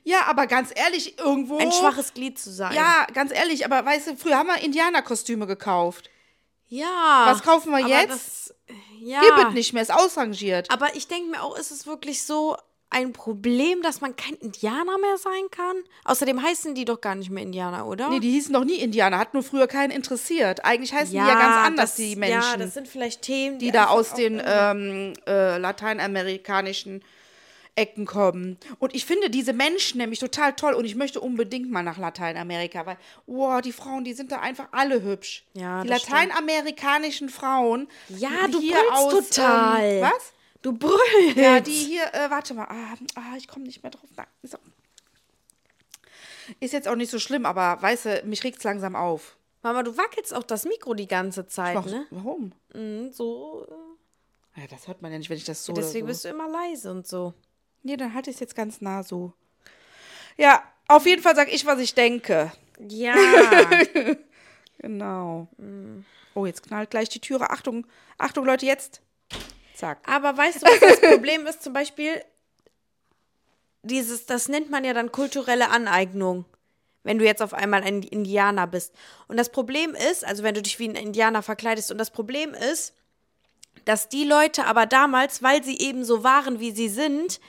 [SPEAKER 2] ja, aber ganz ehrlich, irgendwo.
[SPEAKER 4] ein schwaches Glied zu sein.
[SPEAKER 2] Oh. Ja, ganz ehrlich, aber weißt du, früher haben wir Indianerkostüme gekauft.
[SPEAKER 4] ja.
[SPEAKER 2] Was kaufen wir
[SPEAKER 4] Aber
[SPEAKER 2] jetzt?
[SPEAKER 4] Das, äh, ja.
[SPEAKER 2] Gibt es nicht mehr, ist ausrangiert.
[SPEAKER 4] Aber ich denke mir auch, ist es wirklich so ein Problem, dass man kein Indianer mehr sein kann? Außerdem heißen die doch gar nicht mehr Indianer, oder?
[SPEAKER 2] Nee, die hießen noch nie Indianer, hat nur früher keinen interessiert. Eigentlich heißen die ja ganz anders,
[SPEAKER 4] das-
[SPEAKER 2] die Menschen,
[SPEAKER 4] Ja, das sind vielleicht Themen,
[SPEAKER 2] die da
[SPEAKER 4] einfach
[SPEAKER 2] aus äh,
[SPEAKER 4] auch
[SPEAKER 2] den
[SPEAKER 4] irgendwie-
[SPEAKER 2] ähm, äh, lateinamerikanischen Ecken kommen. Und ich finde diese Menschen nämlich total toll und ich möchte unbedingt mal nach Lateinamerika, weil, wow, die Frauen, die sind da einfach alle hübsch.
[SPEAKER 4] Ja,
[SPEAKER 2] die
[SPEAKER 4] das stimmt.
[SPEAKER 2] lateinamerikanischen Frauen.
[SPEAKER 4] Ja, du
[SPEAKER 2] hier
[SPEAKER 4] brüllst
[SPEAKER 2] aus,
[SPEAKER 4] total.
[SPEAKER 2] Ähm, was?
[SPEAKER 4] Du brüllst.
[SPEAKER 2] Ja, die hier, äh, warte mal, ah, ah, ich komme nicht mehr drauf. Nein, ist, auch, ist jetzt auch nicht so schlimm, aber weißt du, mich regt's langsam auf.
[SPEAKER 4] Mama, du wackelst auch das Mikro die ganze Zeit,
[SPEAKER 2] Doch,
[SPEAKER 4] ne?
[SPEAKER 2] Warum?
[SPEAKER 4] Mhm, so. äh,
[SPEAKER 2] Ja, das hört man ja nicht, wenn ich das so.
[SPEAKER 4] deswegen
[SPEAKER 2] oder so.
[SPEAKER 4] bist du immer leise und so.
[SPEAKER 2] Nee, dann halte ich es jetzt ganz nah so. Ja, auf jeden Fall sag ich, was ich denke.
[SPEAKER 4] Ja.
[SPEAKER 2] Genau. Oh, jetzt knallt gleich die Türe. Achtung, Achtung, Leute, jetzt. Zack.
[SPEAKER 4] Aber weißt du, was das Problem ist? Zum Beispiel, dieses, das nennt man ja dann kulturelle Aneignung. Wenn du jetzt auf einmal ein Indianer bist. Und das Problem ist, also wenn du dich wie ein Indianer verkleidest, und das Problem ist, dass die Leute aber damals, weil sie eben so waren, wie sie sind,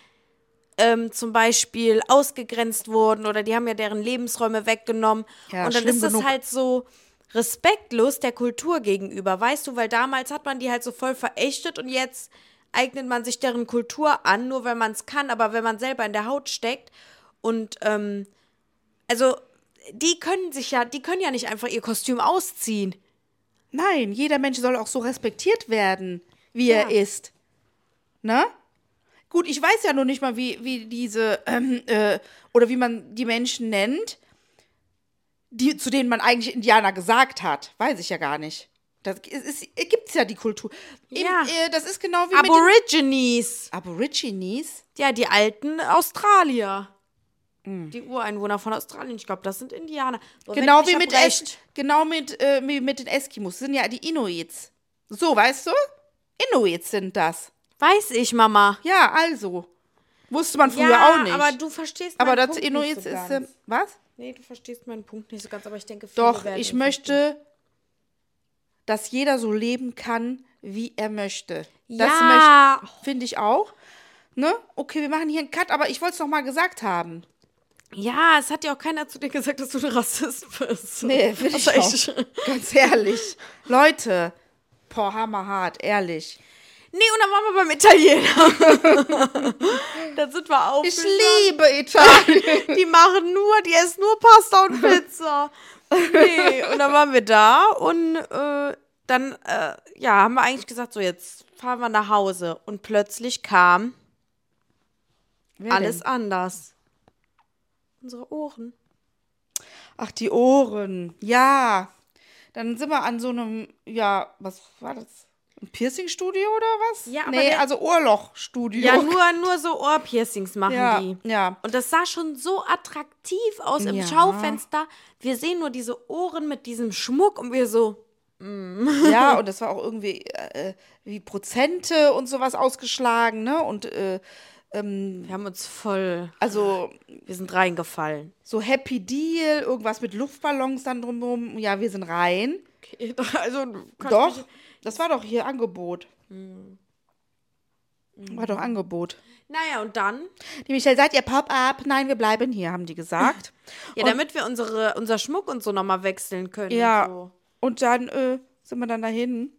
[SPEAKER 4] ähm, zum Beispiel ausgegrenzt wurden oder die haben ja deren Lebensräume weggenommen.
[SPEAKER 2] Ja,
[SPEAKER 4] und dann
[SPEAKER 2] schlimm
[SPEAKER 4] ist das
[SPEAKER 2] genug.
[SPEAKER 4] halt so respektlos der Kultur gegenüber, weißt du, weil damals hat man die halt so voll verächtet und jetzt eignet man sich deren Kultur an, nur weil man es kann, aber wenn man selber in der Haut steckt und ähm, also die können sich ja, die können ja nicht einfach ihr Kostüm ausziehen.
[SPEAKER 2] Nein, jeder Mensch soll auch so respektiert werden, wie er ist. Ne? Gut, ich weiß ja noch nicht mal, wie, wie diese, ähm, äh, oder wie man die Menschen nennt, die, zu denen man eigentlich Indianer gesagt hat. Weiß ich ja gar nicht. Das ist, ist, gibt's ja die Kultur. Im,
[SPEAKER 4] Ja.
[SPEAKER 2] äh, das ist genau wie mit den-
[SPEAKER 4] Aborigines,
[SPEAKER 2] Aborigines?
[SPEAKER 4] ja, die alten Australier. Die Ureinwohner von Australien, ich glaube, das sind Indianer. Boah, wenn-
[SPEAKER 2] Hm. Genau
[SPEAKER 4] ich
[SPEAKER 2] wie,
[SPEAKER 4] hab
[SPEAKER 2] mit
[SPEAKER 4] recht.
[SPEAKER 2] Es, genau mit, äh, wie mit den Eskimos. Das sind ja die Inuits. So, weißt du? Inuits sind das.
[SPEAKER 4] Weiß ich, Mama.
[SPEAKER 2] Ja, also. Wusste man früher
[SPEAKER 4] ja,
[SPEAKER 2] auch nicht.
[SPEAKER 4] aber du verstehst
[SPEAKER 2] aber
[SPEAKER 4] meinen
[SPEAKER 2] das
[SPEAKER 4] Punkt
[SPEAKER 2] Inuits
[SPEAKER 4] nicht so
[SPEAKER 2] ist.
[SPEAKER 4] ganz.
[SPEAKER 2] Äh, was?
[SPEAKER 4] Nee, du verstehst meinen Punkt nicht so ganz, aber ich denke, viele
[SPEAKER 2] Doch,
[SPEAKER 4] werden
[SPEAKER 2] ich
[SPEAKER 4] ihn
[SPEAKER 2] möchte, dass jeder so leben kann, wie er möchte.
[SPEAKER 4] Ja.
[SPEAKER 2] Das möchte- finde ich auch. Ne? Okay, wir machen hier einen Cut, aber ich wollte es nochmal gesagt haben.
[SPEAKER 4] verstehen. Ja, es hat ja auch keiner zu dir gesagt, dass du ein Rassist bist.
[SPEAKER 2] Nee, will Äh, ich
[SPEAKER 4] Also
[SPEAKER 2] auch. Ganz ehrlich. Leute, boah, hammerhart, ehrlich.
[SPEAKER 4] Nee, und dann waren wir beim Italiener. da sind wir auch.
[SPEAKER 2] Ich liebe Italien.
[SPEAKER 4] Die machen nur, die essen nur Pasta und Pizza. Nee, und dann waren wir da und äh, dann, äh, ja, haben wir eigentlich gesagt, so jetzt fahren wir nach Hause. Und plötzlich kam alles anders. Unsere Ohren.
[SPEAKER 2] Ach, die Ohren. Ja. Dann sind wir an so einem, ja, was war das? Ein Piercing-Studio oder was?
[SPEAKER 4] Ja, aber
[SPEAKER 2] Nee,
[SPEAKER 4] der-
[SPEAKER 2] also Ohrloch-Studio.
[SPEAKER 4] Ja, nur, nur so Ohrpiercings machen
[SPEAKER 2] Ja,
[SPEAKER 4] die.
[SPEAKER 2] ja.
[SPEAKER 4] Und das sah schon so attraktiv aus im
[SPEAKER 2] Ja.
[SPEAKER 4] Schaufenster. Wir sehen nur diese Ohren mit diesem Schmuck und wir so,
[SPEAKER 2] Ja, und das war auch irgendwie äh, äh, wie Prozente und sowas ausgeschlagen, ne? Und äh,
[SPEAKER 4] wir haben uns voll,
[SPEAKER 2] also
[SPEAKER 4] wir sind reingefallen.
[SPEAKER 2] so Happy Deal, irgendwas mit Luftballons dann drumherum. Ja, wir sind rein.
[SPEAKER 4] Also,
[SPEAKER 2] Doch, das war doch hier Angebot.
[SPEAKER 4] Hm.
[SPEAKER 2] War
[SPEAKER 4] Mhm.
[SPEAKER 2] doch Angebot.
[SPEAKER 4] Naja, und dann?
[SPEAKER 2] Die Michelle sagt, ihr Pop-up, nein, wir bleiben hier, haben die gesagt.
[SPEAKER 4] Ja, damit wir unsere, unser Schmuck und so nochmal wechseln können.
[SPEAKER 2] ja.
[SPEAKER 4] Und so.
[SPEAKER 2] Und dann äh, sind wir dann dahin.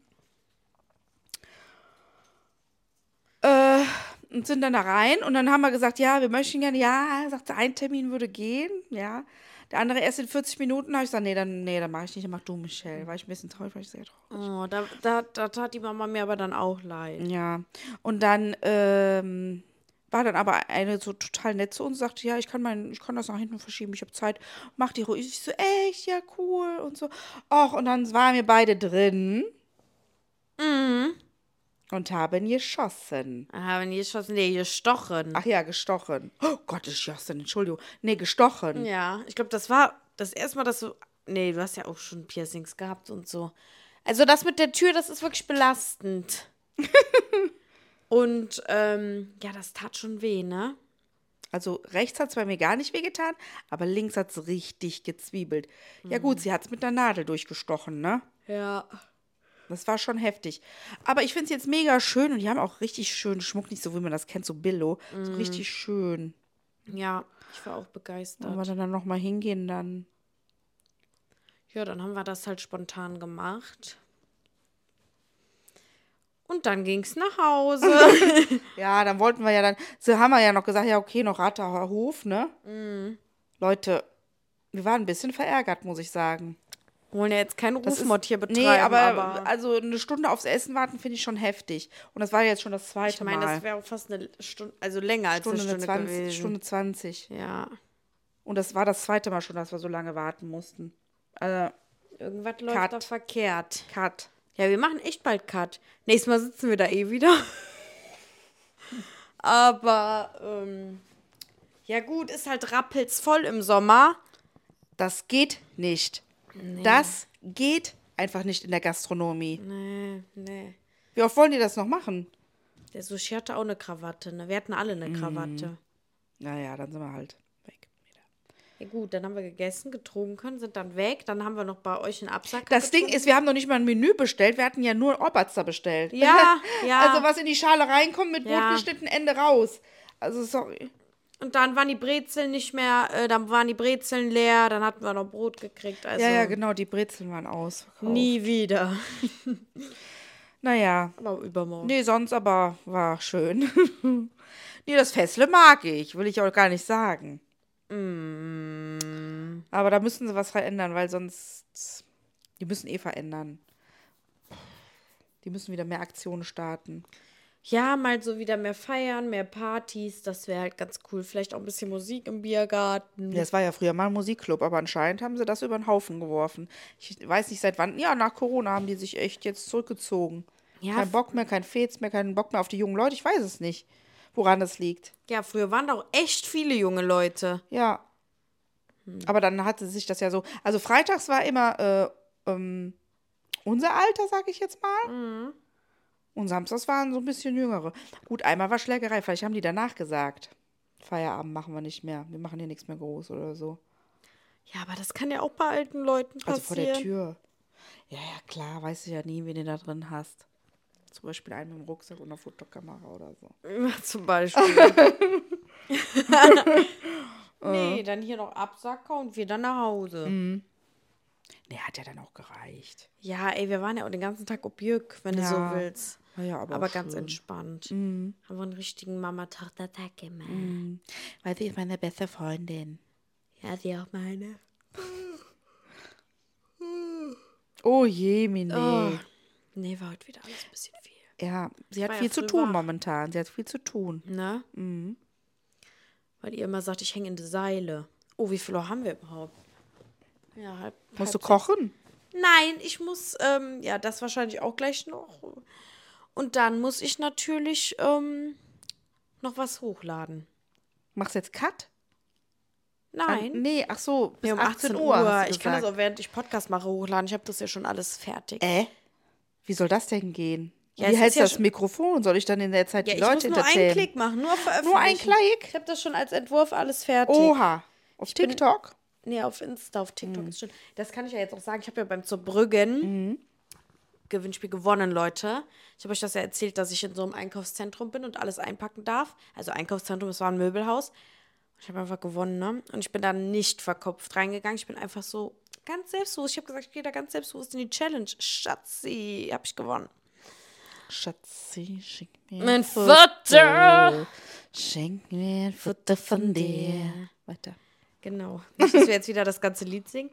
[SPEAKER 2] Äh, und sind dann da rein. Und dann haben wir gesagt, ja, wir möchten gerne, ja, sagt der ein Termin würde gehen, ja. Der andere erst in 40 Minuten. habe ich gesagt, nee, dann, nee, dann mache ich nicht, dann mach du, Michelle. War ich ein bisschen traurig, war ich sehr traurig.
[SPEAKER 4] Oh, da, da, da tat die Mama mir aber dann auch leid.
[SPEAKER 2] Ja, und dann ähm, war dann aber eine so total nett zu uns, sagte, ja, ich kann mein, ich kann das nach hinten verschieben, ich habe Zeit, mach die ruhig. Ich so, echt, ja, cool und so. Och, und dann waren wir beide drin und haben geschossen.
[SPEAKER 4] Haben die geschossen? Nee, gestochen.
[SPEAKER 2] Ach ja, gestochen. Oh Gott, ich schossen, Entschuldigung. Nee, gestochen.
[SPEAKER 4] Ja, ich glaube, das war das erste Mal, dass du. Nee, du hast ja auch schon Piercings gehabt und so. Also das mit der Tür, das ist wirklich belastend. und ähm, ja, das tat schon weh, ne?
[SPEAKER 2] Also rechts hat es bei mir gar nicht wehgetan, aber links hat es richtig gezwiebelt. Ja gut, sie hat es mit der Nadel durchgestochen, ne?
[SPEAKER 4] Ja.
[SPEAKER 2] Das war schon heftig. Aber ich finde es jetzt mega schön und die haben auch richtig schönen Schmuck, nicht so wie man das kennt, so Billo. So richtig schön.
[SPEAKER 4] Ja, ich war auch begeistert.
[SPEAKER 2] Wollen wir dann, dann nochmal hingehen dann?
[SPEAKER 4] Ja, dann haben wir das halt spontan gemacht. Und dann ging's nach Hause.
[SPEAKER 2] Ja, dann wollten wir ja dann, so haben wir ja noch gesagt, ja, okay, noch Ratterhofer Hof, ne? Leute, wir waren ein bisschen verärgert, muss ich sagen.
[SPEAKER 4] Wollen ja jetzt keinen
[SPEAKER 2] Das ist-
[SPEAKER 4] Rufmord hier betreiben.
[SPEAKER 2] Nee, aber,
[SPEAKER 4] aber
[SPEAKER 2] also eine Stunde aufs Essen warten finde ich schon heftig. Und das war jetzt schon das zweite
[SPEAKER 4] ich meine,
[SPEAKER 2] Mal.
[SPEAKER 4] das wäre fast eine Stunde, also länger als
[SPEAKER 2] Stunde,
[SPEAKER 4] eine Stunde
[SPEAKER 2] 20,
[SPEAKER 4] gewesen.
[SPEAKER 2] Stunde 20.
[SPEAKER 4] Ja.
[SPEAKER 2] Und das war das zweite Mal schon, dass wir so lange warten mussten. Also,
[SPEAKER 4] Irgendwas läuft
[SPEAKER 2] Cut.
[SPEAKER 4] da verkehrt.
[SPEAKER 2] Cut.
[SPEAKER 4] Ja, wir machen echt bald Cut. Nächstes Mal sitzen wir da eh wieder. Aber, ähm, ja gut, ist halt rappelsvoll im Sommer.
[SPEAKER 2] Das geht nicht. Das geht einfach nicht in der Gastronomie.
[SPEAKER 4] Nee, nee.
[SPEAKER 2] Wie oft wollen die das noch machen?
[SPEAKER 4] Der Sushi hatte auch eine Krawatte, ne? Wir hatten alle
[SPEAKER 2] Mhm.
[SPEAKER 4] eine Krawatte.
[SPEAKER 2] Naja, dann sind wir halt weg.
[SPEAKER 4] Ja gut, dann haben wir gegessen, getrunken, sind dann weg. Dann haben wir noch bei euch einen Absack.
[SPEAKER 2] Das Ding ist, wir haben noch nicht mal ein Menü bestellt, wir hatten ja nur Oberster bestellt.
[SPEAKER 4] Ja, ja.
[SPEAKER 2] Also was in die Schale reinkommt, mit
[SPEAKER 4] Ja.
[SPEAKER 2] Brot geschnitten, Ende raus. Also sorry.
[SPEAKER 4] Und dann waren die Brezeln nicht mehr, äh, dann waren die Brezeln leer, dann hatten wir noch Brot gekriegt. Also
[SPEAKER 2] ja, ja, genau, die Brezeln waren aus.
[SPEAKER 4] nie wieder.
[SPEAKER 2] Naja.
[SPEAKER 4] Aber übermorgen.
[SPEAKER 2] Nee, sonst aber war schön. nee, das Fessle mag ich, will ich auch gar nicht sagen. Aber da müssen sie was verändern, weil sonst. Die müssen eh verändern. Die müssen wieder mehr Aktionen starten.
[SPEAKER 4] Ja, mal so wieder mehr feiern, mehr Partys, das wäre halt ganz cool. Vielleicht auch ein bisschen Musik im Biergarten.
[SPEAKER 2] Das war ja früher mal ein Musikclub, aber anscheinend haben sie das über den Haufen geworfen. Ich weiß nicht seit wann. Ja, nach Corona haben die sich echt jetzt zurückgezogen.
[SPEAKER 4] Ja,
[SPEAKER 2] kein Bock mehr, kein Fez mehr, keinen Bock mehr auf die jungen Leute. Ich weiß es nicht, woran das liegt.
[SPEAKER 4] Ja, früher waren da auch echt viele junge Leute.
[SPEAKER 2] Ja. Aber dann hatte sich das ja so. Also freitags war immer äh, ähm, unser Alter, sag ich jetzt mal. Und samstags waren so ein bisschen jüngere. Gut, einmal war Schlägerei. Vielleicht haben die danach gesagt. Feierabend machen wir nicht mehr. Wir machen hier nichts mehr groß oder so.
[SPEAKER 4] Ja, aber das kann ja auch bei alten Leuten passieren.
[SPEAKER 2] Also vor der Tür. Ja, ja, klar, weißt du ja nie, wen du da drin hast. Zum Beispiel einen mit dem Rucksack und einer Fotokamera oder so.
[SPEAKER 4] Zum Beispiel.
[SPEAKER 2] Oh.
[SPEAKER 4] nee, dann hier noch Absacker und wir dann nach Hause.
[SPEAKER 2] Mhm. Nee, hat ja dann auch gereicht.
[SPEAKER 4] Ja, ey, wir waren ja auch den ganzen Tag ob Jück, wenn du
[SPEAKER 2] Ja.
[SPEAKER 4] so willst.
[SPEAKER 2] Na ja, aber
[SPEAKER 4] aber
[SPEAKER 2] auch
[SPEAKER 4] ganz
[SPEAKER 2] schön. Mhm.
[SPEAKER 4] entspannt. Haben wir einen richtigen Mama-Tochter-Tag gemacht.
[SPEAKER 2] Weil sie ist meine beste Freundin.
[SPEAKER 4] Ja, sie auch meine.
[SPEAKER 2] Oh je, Mine.
[SPEAKER 4] Nee, war heute wieder alles ein bisschen viel.
[SPEAKER 2] Ja, sie hat
[SPEAKER 4] war ja
[SPEAKER 2] viel zu
[SPEAKER 4] früh
[SPEAKER 2] tun
[SPEAKER 4] wach.
[SPEAKER 2] momentan. Sie hat viel zu tun.
[SPEAKER 4] Ne?
[SPEAKER 2] Mhm.
[SPEAKER 4] Weil ihr immer sagt, ich hänge in die Seile. Oh, wie viel Uhr haben wir überhaupt? Ja, halb.
[SPEAKER 2] Musst du kochen?
[SPEAKER 4] Nein, ich muss, ähm, ja, das wahrscheinlich auch gleich noch. Und dann muss ich natürlich ähm, noch was hochladen.
[SPEAKER 2] Machst jetzt Cut? Ah,
[SPEAKER 4] Nein.
[SPEAKER 2] nee, ach so, bis
[SPEAKER 4] Nee,
[SPEAKER 2] 18 um Uhr. hast du
[SPEAKER 4] Ich kann das
[SPEAKER 2] gesagt.
[SPEAKER 4] auch, während ich Podcast mache, hochladen. Ich habe das ja schon alles fertig.
[SPEAKER 2] Äh? Wie soll das denn gehen?
[SPEAKER 4] Ja,
[SPEAKER 2] Wie
[SPEAKER 4] es
[SPEAKER 2] hältst
[SPEAKER 4] ist
[SPEAKER 2] du
[SPEAKER 4] ja
[SPEAKER 2] das
[SPEAKER 4] schon-
[SPEAKER 2] Mikrofon? Soll ich dann in der Zeit
[SPEAKER 4] ja,
[SPEAKER 2] die
[SPEAKER 4] ich
[SPEAKER 2] Leute
[SPEAKER 4] muss nur einen
[SPEAKER 2] entertainen?
[SPEAKER 4] Klick machen, nur veröffentlichen.
[SPEAKER 2] Nur einen
[SPEAKER 4] Ich
[SPEAKER 2] Klick?
[SPEAKER 4] habe das schon als Entwurf alles fertig.
[SPEAKER 2] Oha. Auf TikTok?
[SPEAKER 4] Nee, auf Insta, auf TikTok ist schon. Das kann ich ja jetzt auch sagen. Ich habe ja beim Zurbrüggen Gewinnspiel gewonnen, Leute. Ich habe euch das ja erzählt, dass ich in so einem Einkaufszentrum bin und alles einpacken darf. Also Einkaufszentrum, es war ein Möbelhaus. Ich habe einfach gewonnen, ne? Und ich bin da nicht verkopft reingegangen. Ich bin einfach so ganz selbstbewusst. Ich habe gesagt, ich gehe da ganz selbstbewusst in die Challenge. Schatzi, habe ich gewonnen.
[SPEAKER 2] Schatzi, schick mir
[SPEAKER 4] Mein Vater!
[SPEAKER 2] Schenk mir ein Futter von dir. Weiter.
[SPEAKER 4] Genau. Nicht, dass wir jetzt wieder das ganze Lied singen.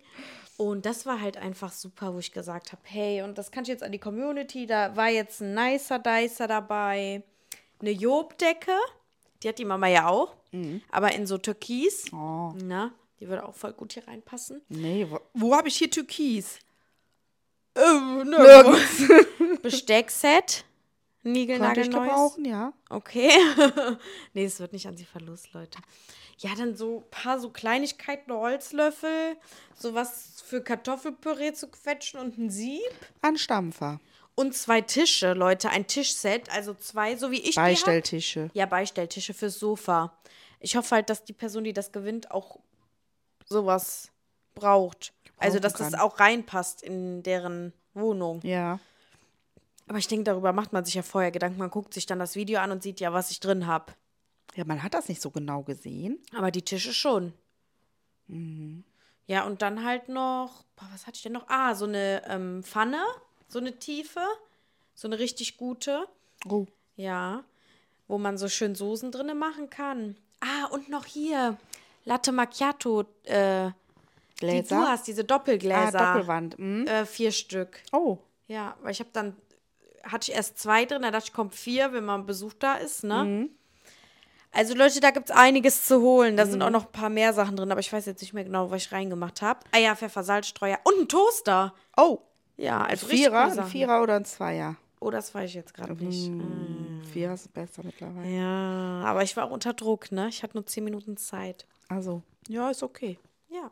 [SPEAKER 4] Und das war halt einfach super, wo ich gesagt habe, hey, und das kann ich jetzt an die Community, da war jetzt ein nicer Dicer dabei, eine Jobdecke, die hat die Mama ja auch,
[SPEAKER 2] Mhm.
[SPEAKER 4] aber in so Türkis,
[SPEAKER 2] Oh.
[SPEAKER 4] na, die würde auch voll gut hier reinpassen.
[SPEAKER 2] Nee, wo, wo habe ich hier Türkis?
[SPEAKER 4] Äh, Besteckset,
[SPEAKER 2] Könnte ich
[SPEAKER 4] Nigelnagelneues.
[SPEAKER 2] gebrauchen, ja.
[SPEAKER 4] Okay. nee, es wird nicht an sie verlust, Leute. Ja, dann so ein paar so Kleinigkeiten, Holzlöffel, sowas für Kartoffelpüree zu quetschen und ein Sieb.
[SPEAKER 2] Anstampfer.
[SPEAKER 4] Und zwei Tische, Leute, ein Tischset, also zwei, so wie ich die hab.
[SPEAKER 2] Beistelltische.
[SPEAKER 4] Ja, Beistelltische fürs Sofa. Ich hoffe halt, dass die Person, die das gewinnt, auch sowas braucht. Also,
[SPEAKER 2] Brauchen
[SPEAKER 4] dass das
[SPEAKER 2] kann.
[SPEAKER 4] auch reinpasst in deren Wohnung.
[SPEAKER 2] Ja.
[SPEAKER 4] Aber ich denke, darüber macht man sich ja vorher Gedanken. Man guckt sich dann das Video an und sieht ja, was ich drin habe.
[SPEAKER 2] Ja, man hat das nicht so genau gesehen.
[SPEAKER 4] Aber die Tische schon. Ja, und dann halt noch, boah, was hatte ich denn noch? Ah, so eine ähm, Pfanne, so eine tiefe, So eine richtig gute.
[SPEAKER 2] Oh.
[SPEAKER 4] Ja, wo man so schön Soßen drinne machen kann. Ah, und noch hier Latte Macchiato äh, Die du
[SPEAKER 2] Gläser.
[SPEAKER 4] hast diese Doppelgläser.
[SPEAKER 2] Ah, Doppelwand. Mhm.
[SPEAKER 4] Äh, vier Stück.
[SPEAKER 2] Oh.
[SPEAKER 4] Ja, weil ich habe dann hatte ich erst zwei drin, da dachte ich, kommt vier, wenn mal ein Besuch da ist, ne? Also Leute, da gibt's einiges zu holen. Da sind auch noch ein paar mehr Sachen drin, aber ich weiß jetzt nicht mehr genau, was ich reingemacht habe. Ah ja, Pfeffer, Salzstreuer und ein Toaster.
[SPEAKER 2] Oh.
[SPEAKER 4] Ja,
[SPEAKER 2] Ein
[SPEAKER 4] also richtig
[SPEAKER 2] Vierer,
[SPEAKER 4] coole
[SPEAKER 2] ein
[SPEAKER 4] Sachen.
[SPEAKER 2] Vierer oder ein Zweier?
[SPEAKER 4] Oh, das weiß ich jetzt gerade nicht.
[SPEAKER 2] Ein Vierer ist besser mittlerweile.
[SPEAKER 4] Ja, aber ich war auch unter Druck, ne? Ich hatte nur zehn Minuten Zeit.
[SPEAKER 2] Also, ja, ist okay.
[SPEAKER 4] Ja.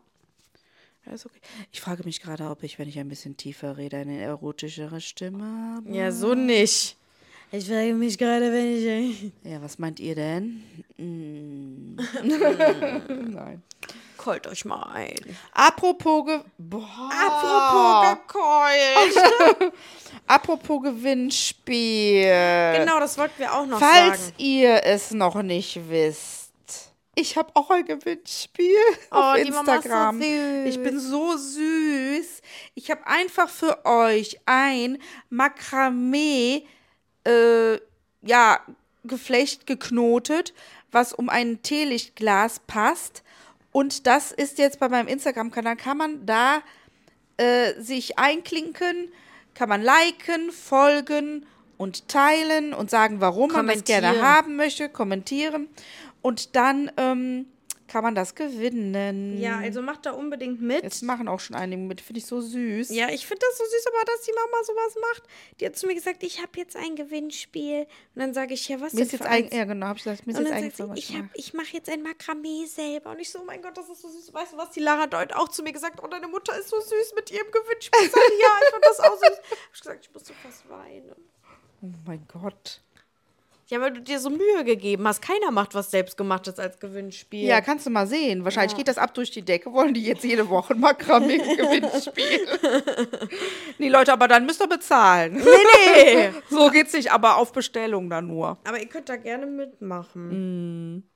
[SPEAKER 2] Ja, Ist okay. Ich frage mich gerade, ob ich, wenn ich ein bisschen tiefer rede, eine erotischere Stimme habe.
[SPEAKER 4] Ja, so nicht. Ich frage mich gerade, wenn ich.
[SPEAKER 2] Ja, was meint ihr denn? Mm. Nein.
[SPEAKER 4] Callt euch mal ein.
[SPEAKER 2] Apropos, Ge
[SPEAKER 4] Oh.
[SPEAKER 2] Boah.
[SPEAKER 4] Apropos gekeult.
[SPEAKER 2] Apropos Gewinnspiel.
[SPEAKER 4] Genau, das wollten wir auch noch
[SPEAKER 2] Falls
[SPEAKER 4] sagen.
[SPEAKER 2] ihr es noch nicht wisst, ich habe auch ein Gewinnspiel auf
[SPEAKER 4] Oh, die Mama ist so
[SPEAKER 2] Instagram.
[SPEAKER 4] süß.
[SPEAKER 2] Ich bin so süß. Ich habe einfach für euch ein Makramee, äh, ja, Geflecht geknotet, was um ein Teelichtglas passt. Und das ist jetzt bei meinem Instagram-Kanal. Kann man da äh, sich einklinken, kann man liken, folgen und teilen und sagen, warum man das gerne
[SPEAKER 4] Kommentieren.
[SPEAKER 2] haben möchte, kommentieren. Und dann ähm, kann man das gewinnen.
[SPEAKER 4] Ja, also macht da unbedingt mit.
[SPEAKER 2] Mhm. Jetzt machen auch schon einige mit, finde ich so süß.
[SPEAKER 4] Ja, ich finde das so süß, aber dass die Mama sowas macht. Die hat zu mir gesagt, ich habe jetzt ein Gewinnspiel. Und dann sage ich, ja, was
[SPEAKER 2] Mir
[SPEAKER 4] denn
[SPEAKER 2] ist jetzt
[SPEAKER 4] für
[SPEAKER 2] eigentlich,
[SPEAKER 4] eins?
[SPEAKER 2] ja genau, habe ich gesagt, mir ist
[SPEAKER 4] Und
[SPEAKER 2] jetzt
[SPEAKER 4] dann
[SPEAKER 2] eigentlich
[SPEAKER 4] sagt sie,
[SPEAKER 2] sowas
[SPEAKER 4] ich,
[SPEAKER 2] schon
[SPEAKER 4] hab-
[SPEAKER 2] mal-
[SPEAKER 4] ich mache jetzt ein Makramee selber. Und ich so, oh mein Gott, das ist so süß. Weißt du was, die Lara hat heute auch zu mir gesagt, oh, deine Mutter ist so süß mit ihrem Gewinnspiel. Ich sage, ja, ich fand das auch süß. Hab ich gesagt, ich musste fast weinen.
[SPEAKER 2] Oh mein Gott.
[SPEAKER 4] Ja, weil du dir so Mühe gegeben hast. Keiner macht was Selbstgemachtes als Gewinnspiel.
[SPEAKER 2] Ja, kannst du mal sehen. Wahrscheinlich geht das ab durch die Decke. Wollen die jetzt jede Woche ein Makramee-Gewinnspiel? nee, Leute, aber dann müsst ihr bezahlen.
[SPEAKER 4] nee, nee.
[SPEAKER 2] so geht's nicht, aber auf Bestellung dann nur.
[SPEAKER 4] Aber ihr könnt da gerne
[SPEAKER 2] Mhm.
[SPEAKER 4] mitmachen.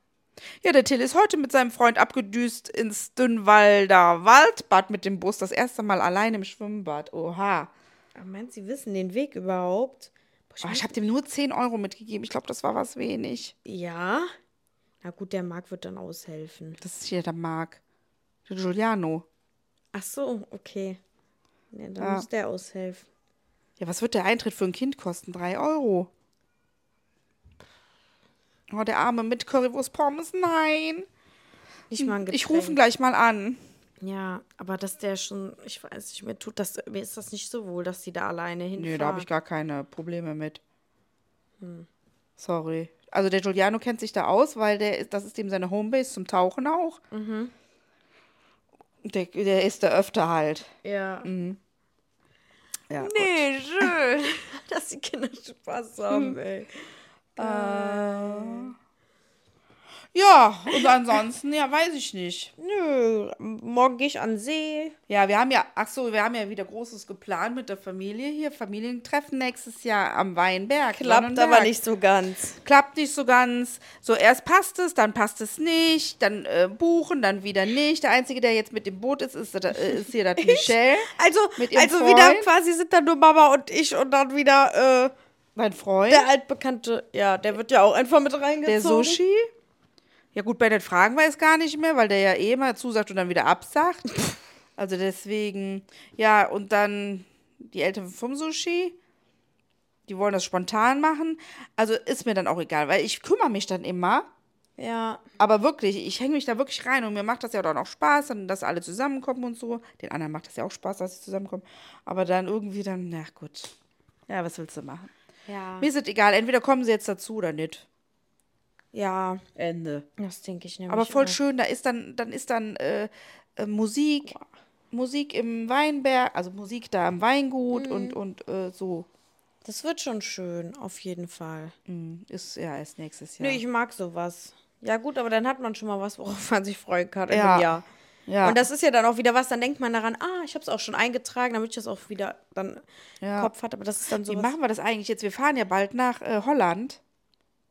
[SPEAKER 2] Ja, der Till ist heute mit seinem Freund abgedüst ins Dünnwalder Waldbad mit dem Bus. Das erste Mal allein im Schwimmbad. Oha.
[SPEAKER 4] Aber meinst du, sie wissen den Weg überhaupt? Boah, ich
[SPEAKER 2] Oh, ich habe dem nur 10 Euro mitgegeben. Ich glaube, das war was wenig.
[SPEAKER 4] Ja. Na gut, der Marc wird dann aushelfen.
[SPEAKER 2] Das ist hier der Marc. Der Giuliano.
[SPEAKER 4] Ach so, okay. Ja, dann
[SPEAKER 2] Ja.
[SPEAKER 4] muss der aushelfen.
[SPEAKER 2] Ja, was wird der Eintritt für ein Kind kosten? 3 Euro. Oh, der Arme mit Currywurst Pommes. Nein.
[SPEAKER 4] Nicht mal ein
[SPEAKER 2] Ich
[SPEAKER 4] Getränk.
[SPEAKER 2] rufe ihn gleich mal an.
[SPEAKER 4] Ja, aber dass der schon, ich weiß nicht, mir tut das, mir ist das nicht so wohl, dass die da alleine hinfahren.
[SPEAKER 2] Nee, da habe ich gar keine Probleme mit. Hm. Sorry. Also der Giuliano kennt sich da aus, weil der ist, das ist eben seine Homebase zum Tauchen auch. Mhm. Der, der ist da öfter halt.
[SPEAKER 4] Ja.
[SPEAKER 2] Ja, gut.
[SPEAKER 4] Nee, schön. dass die Kinder Spaß haben, ey.
[SPEAKER 2] ja, und ansonsten, ja, weiß ich nicht.
[SPEAKER 4] Nö, morgen gehe ich an den See.
[SPEAKER 2] Ja, wir haben ja, ach so, wir haben ja wieder Großes geplant mit der Familie hier. Familientreffen nächstes Jahr am Weinberg. Sonnenberg.
[SPEAKER 4] so ganz.
[SPEAKER 2] klappt nicht so ganz. So erst passt es, dann passt es nicht, dann äh, buchen, dann wieder nicht. Der einzige, der jetzt mit dem Boot ist, ist, der- äh, ist hier das Michel.
[SPEAKER 4] Also,
[SPEAKER 2] Mit ihrem
[SPEAKER 4] also wieder
[SPEAKER 2] Freund.
[SPEAKER 4] quasi sind da nur Mama und ich und dann wieder, äh,
[SPEAKER 2] Mein Freund,
[SPEAKER 4] Der altbekannte, ja, der wird ja auch einfach mit reingezogen.
[SPEAKER 2] der Sushi. Ja gut, bei den Fragen weiß gar nicht mehr, weil der ja eh immer zusagt und dann wieder absagt. Also deswegen, ja, und dann die Eltern vom Sushi, die wollen das spontan machen. Also ist mir dann auch egal, weil ich kümmere mich dann immer.
[SPEAKER 4] Ja.
[SPEAKER 2] Aber wirklich, ich hänge mich da wirklich rein und mir macht das ja dann auch Spaß, dann, dass alle zusammenkommen und so. Den anderen macht das ja auch Spaß, dass sie zusammenkommen. Aber dann irgendwie dann, na gut. Ja, was willst du machen?
[SPEAKER 4] Ja.
[SPEAKER 2] Mir ist es egal, entweder kommen sie jetzt dazu oder nicht.
[SPEAKER 4] Ja,
[SPEAKER 2] Ende.
[SPEAKER 4] das denke ich nämlich.
[SPEAKER 2] Aber voll
[SPEAKER 4] auch.
[SPEAKER 2] schön, da ist dann, dann ist dann äh, äh, Musik, Musik im Weinberg, also Musik da im Weingut
[SPEAKER 4] Mhm.
[SPEAKER 2] und, und äh, so.
[SPEAKER 4] Das wird schon schön, auf jeden Fall.
[SPEAKER 2] Hm, Ist ja erst nächstes
[SPEAKER 4] Nö,
[SPEAKER 2] Jahr.
[SPEAKER 4] ich mag sowas. Ja, gut, aber dann hat man schon mal was, worauf man sich freuen kann in
[SPEAKER 2] Ja.
[SPEAKER 4] einem Jahr.
[SPEAKER 2] ja.
[SPEAKER 4] Und das ist ja dann auch wieder was, dann denkt man daran, ah, ich habe es auch schon eingetragen, damit ich das auch wieder dann
[SPEAKER 2] Ja.
[SPEAKER 4] im Kopf hat. Aber das ist dann
[SPEAKER 2] Wie
[SPEAKER 4] so.
[SPEAKER 2] machen wir das eigentlich jetzt? Wir fahren ja bald nach äh, Holland.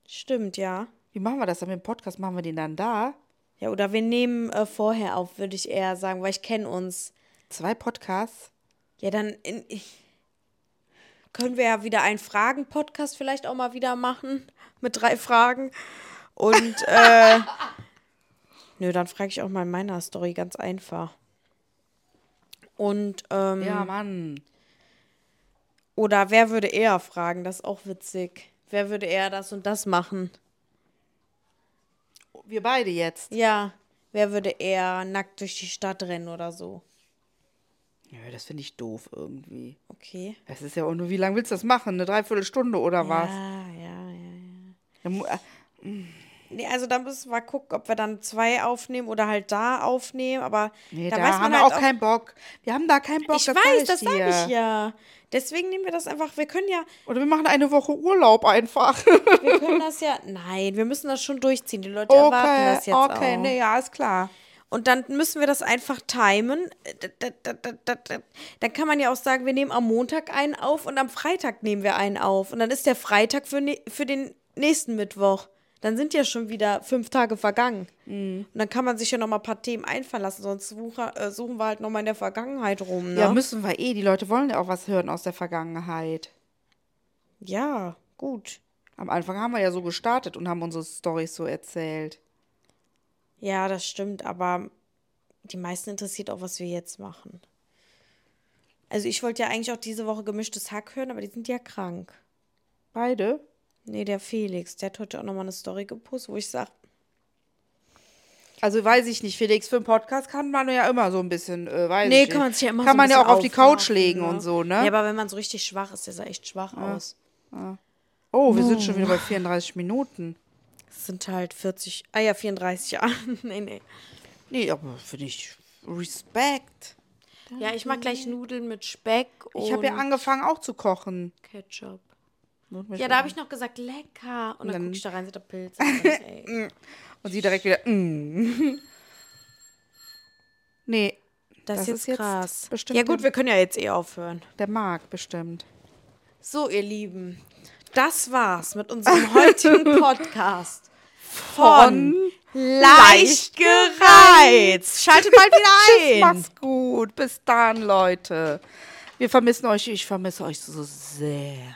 [SPEAKER 4] Stimmt, ja.
[SPEAKER 2] Wie machen wir das dann mit dem Podcast? Machen wir den dann da?
[SPEAKER 4] Ja, oder wir nehmen äh, vorher auf, würde ich eher sagen, weil ich kenne uns.
[SPEAKER 2] Zwei Podcasts?
[SPEAKER 4] Ja, dann in,
[SPEAKER 2] Können wir ja wieder einen Fragen-Podcast vielleicht auch mal wieder machen. Mit drei Fragen. Und, äh, nö, dann frage ich auch mal in meiner Story ganz einfach. Und, ähm,
[SPEAKER 4] Ja, Mann.
[SPEAKER 2] oder wer würde eher fragen? Das ist auch witzig. Wer würde eher das und das machen?
[SPEAKER 4] Wir beide jetzt.
[SPEAKER 2] Ja, wer würde eher nackt durch die Stadt rennen oder so?
[SPEAKER 4] Ja, das finde ich doof irgendwie.
[SPEAKER 2] Okay.
[SPEAKER 4] Das ist ja auch nur, wie lange willst du das machen? Eine Dreiviertelstunde oder was?
[SPEAKER 2] Ah, ja, ja.
[SPEAKER 4] Dann mu- äh,
[SPEAKER 2] Nee, also da müssen wir gucken, ob wir dann zwei aufnehmen oder halt da aufnehmen, aber
[SPEAKER 4] Nee,
[SPEAKER 2] da,
[SPEAKER 4] da,
[SPEAKER 2] weiß
[SPEAKER 4] haben
[SPEAKER 2] man
[SPEAKER 4] wir
[SPEAKER 2] halt
[SPEAKER 4] auch keinen Bock. Wir haben da keinen Bock.
[SPEAKER 2] Ich weiß, das
[SPEAKER 4] sag
[SPEAKER 2] sage ich ja. Deswegen nehmen wir das einfach, wir können ja,
[SPEAKER 4] Oder wir machen eine Woche Urlaub einfach.
[SPEAKER 2] wir können das ja, nein, wir müssen das schon durchziehen, die Leute erwarten
[SPEAKER 4] okay,
[SPEAKER 2] das jetzt
[SPEAKER 4] okay,
[SPEAKER 2] auch.
[SPEAKER 4] nee, ja, ist klar.
[SPEAKER 2] Und dann müssen wir das einfach timen. Da- da- da- da- da- Dann kann man ja auch sagen, wir nehmen am Montag einen auf und am Freitag nehmen wir einen auf. Und dann ist der Freitag für, ne für den nächsten Mittwoch. Dann sind ja schon wieder fünf Tage vergangen. Und dann kann man sich ja noch mal ein paar Themen einfallen lassen. Sonst suche, äh, suchen wir halt noch mal in der Vergangenheit rum. Ne?
[SPEAKER 4] Ja, müssen wir eh. Die Leute wollen ja auch was hören aus der Vergangenheit.
[SPEAKER 2] ja, gut.
[SPEAKER 4] Am Anfang haben wir ja so gestartet und haben unsere Storys so erzählt.
[SPEAKER 2] Ja, das stimmt. Aber die meisten interessiert auch, was wir jetzt machen. Also ich wollte ja eigentlich auch diese Woche gemischtes Hack hören, aber die sind ja krank.
[SPEAKER 4] Beide?
[SPEAKER 2] Nee, der Felix, der hat heute auch nochmal eine Story gepostet, wo ich sage,
[SPEAKER 4] Also weiß ich nicht, Felix, für einen Podcast kann man ja immer so ein bisschen, äh, weiß
[SPEAKER 2] nee,
[SPEAKER 4] ich
[SPEAKER 2] kann man
[SPEAKER 4] nicht.
[SPEAKER 2] sich ja immer
[SPEAKER 4] Kann
[SPEAKER 2] so ein
[SPEAKER 4] man ja auch
[SPEAKER 2] bisschen
[SPEAKER 4] auf die Couch
[SPEAKER 2] aufraffen,
[SPEAKER 4] legen und so, ne?
[SPEAKER 2] Ja, aber wenn man so richtig schwach ist, der sah echt schwach aus.
[SPEAKER 4] oh, wir sind schon wieder bei 34 Minuten.
[SPEAKER 2] Das sind halt 40, ah ja, 34 Jahre. nee, nee.
[SPEAKER 4] Nee, aber finde ich Respekt.
[SPEAKER 2] Ja, ich mag gleich Nudeln mit Speck und
[SPEAKER 4] Ich habe ja angefangen auch zu kochen.
[SPEAKER 2] Ketchup. Ja, da habe ich noch gesagt, lecker. Und dann, guck ich da rein, sind da Pilze. Ey.
[SPEAKER 4] Und sie direkt wieder, mm. Nee,
[SPEAKER 2] Das, ist
[SPEAKER 4] Das
[SPEAKER 2] jetzt
[SPEAKER 4] ist jetzt
[SPEAKER 2] krass.
[SPEAKER 4] bestimmt
[SPEAKER 2] ja gut,
[SPEAKER 4] ein-
[SPEAKER 2] wir können ja jetzt eh aufhören.
[SPEAKER 4] der mag bestimmt.
[SPEAKER 2] So, ihr Lieben, das war's mit unserem heutigen Podcast von Leicht gereizt. Schaltet bald
[SPEAKER 4] Tschüss,
[SPEAKER 2] wieder ein.
[SPEAKER 4] mach's gut. Bis dann, Leute. Wir vermissen euch. Ich vermisse euch so sehr.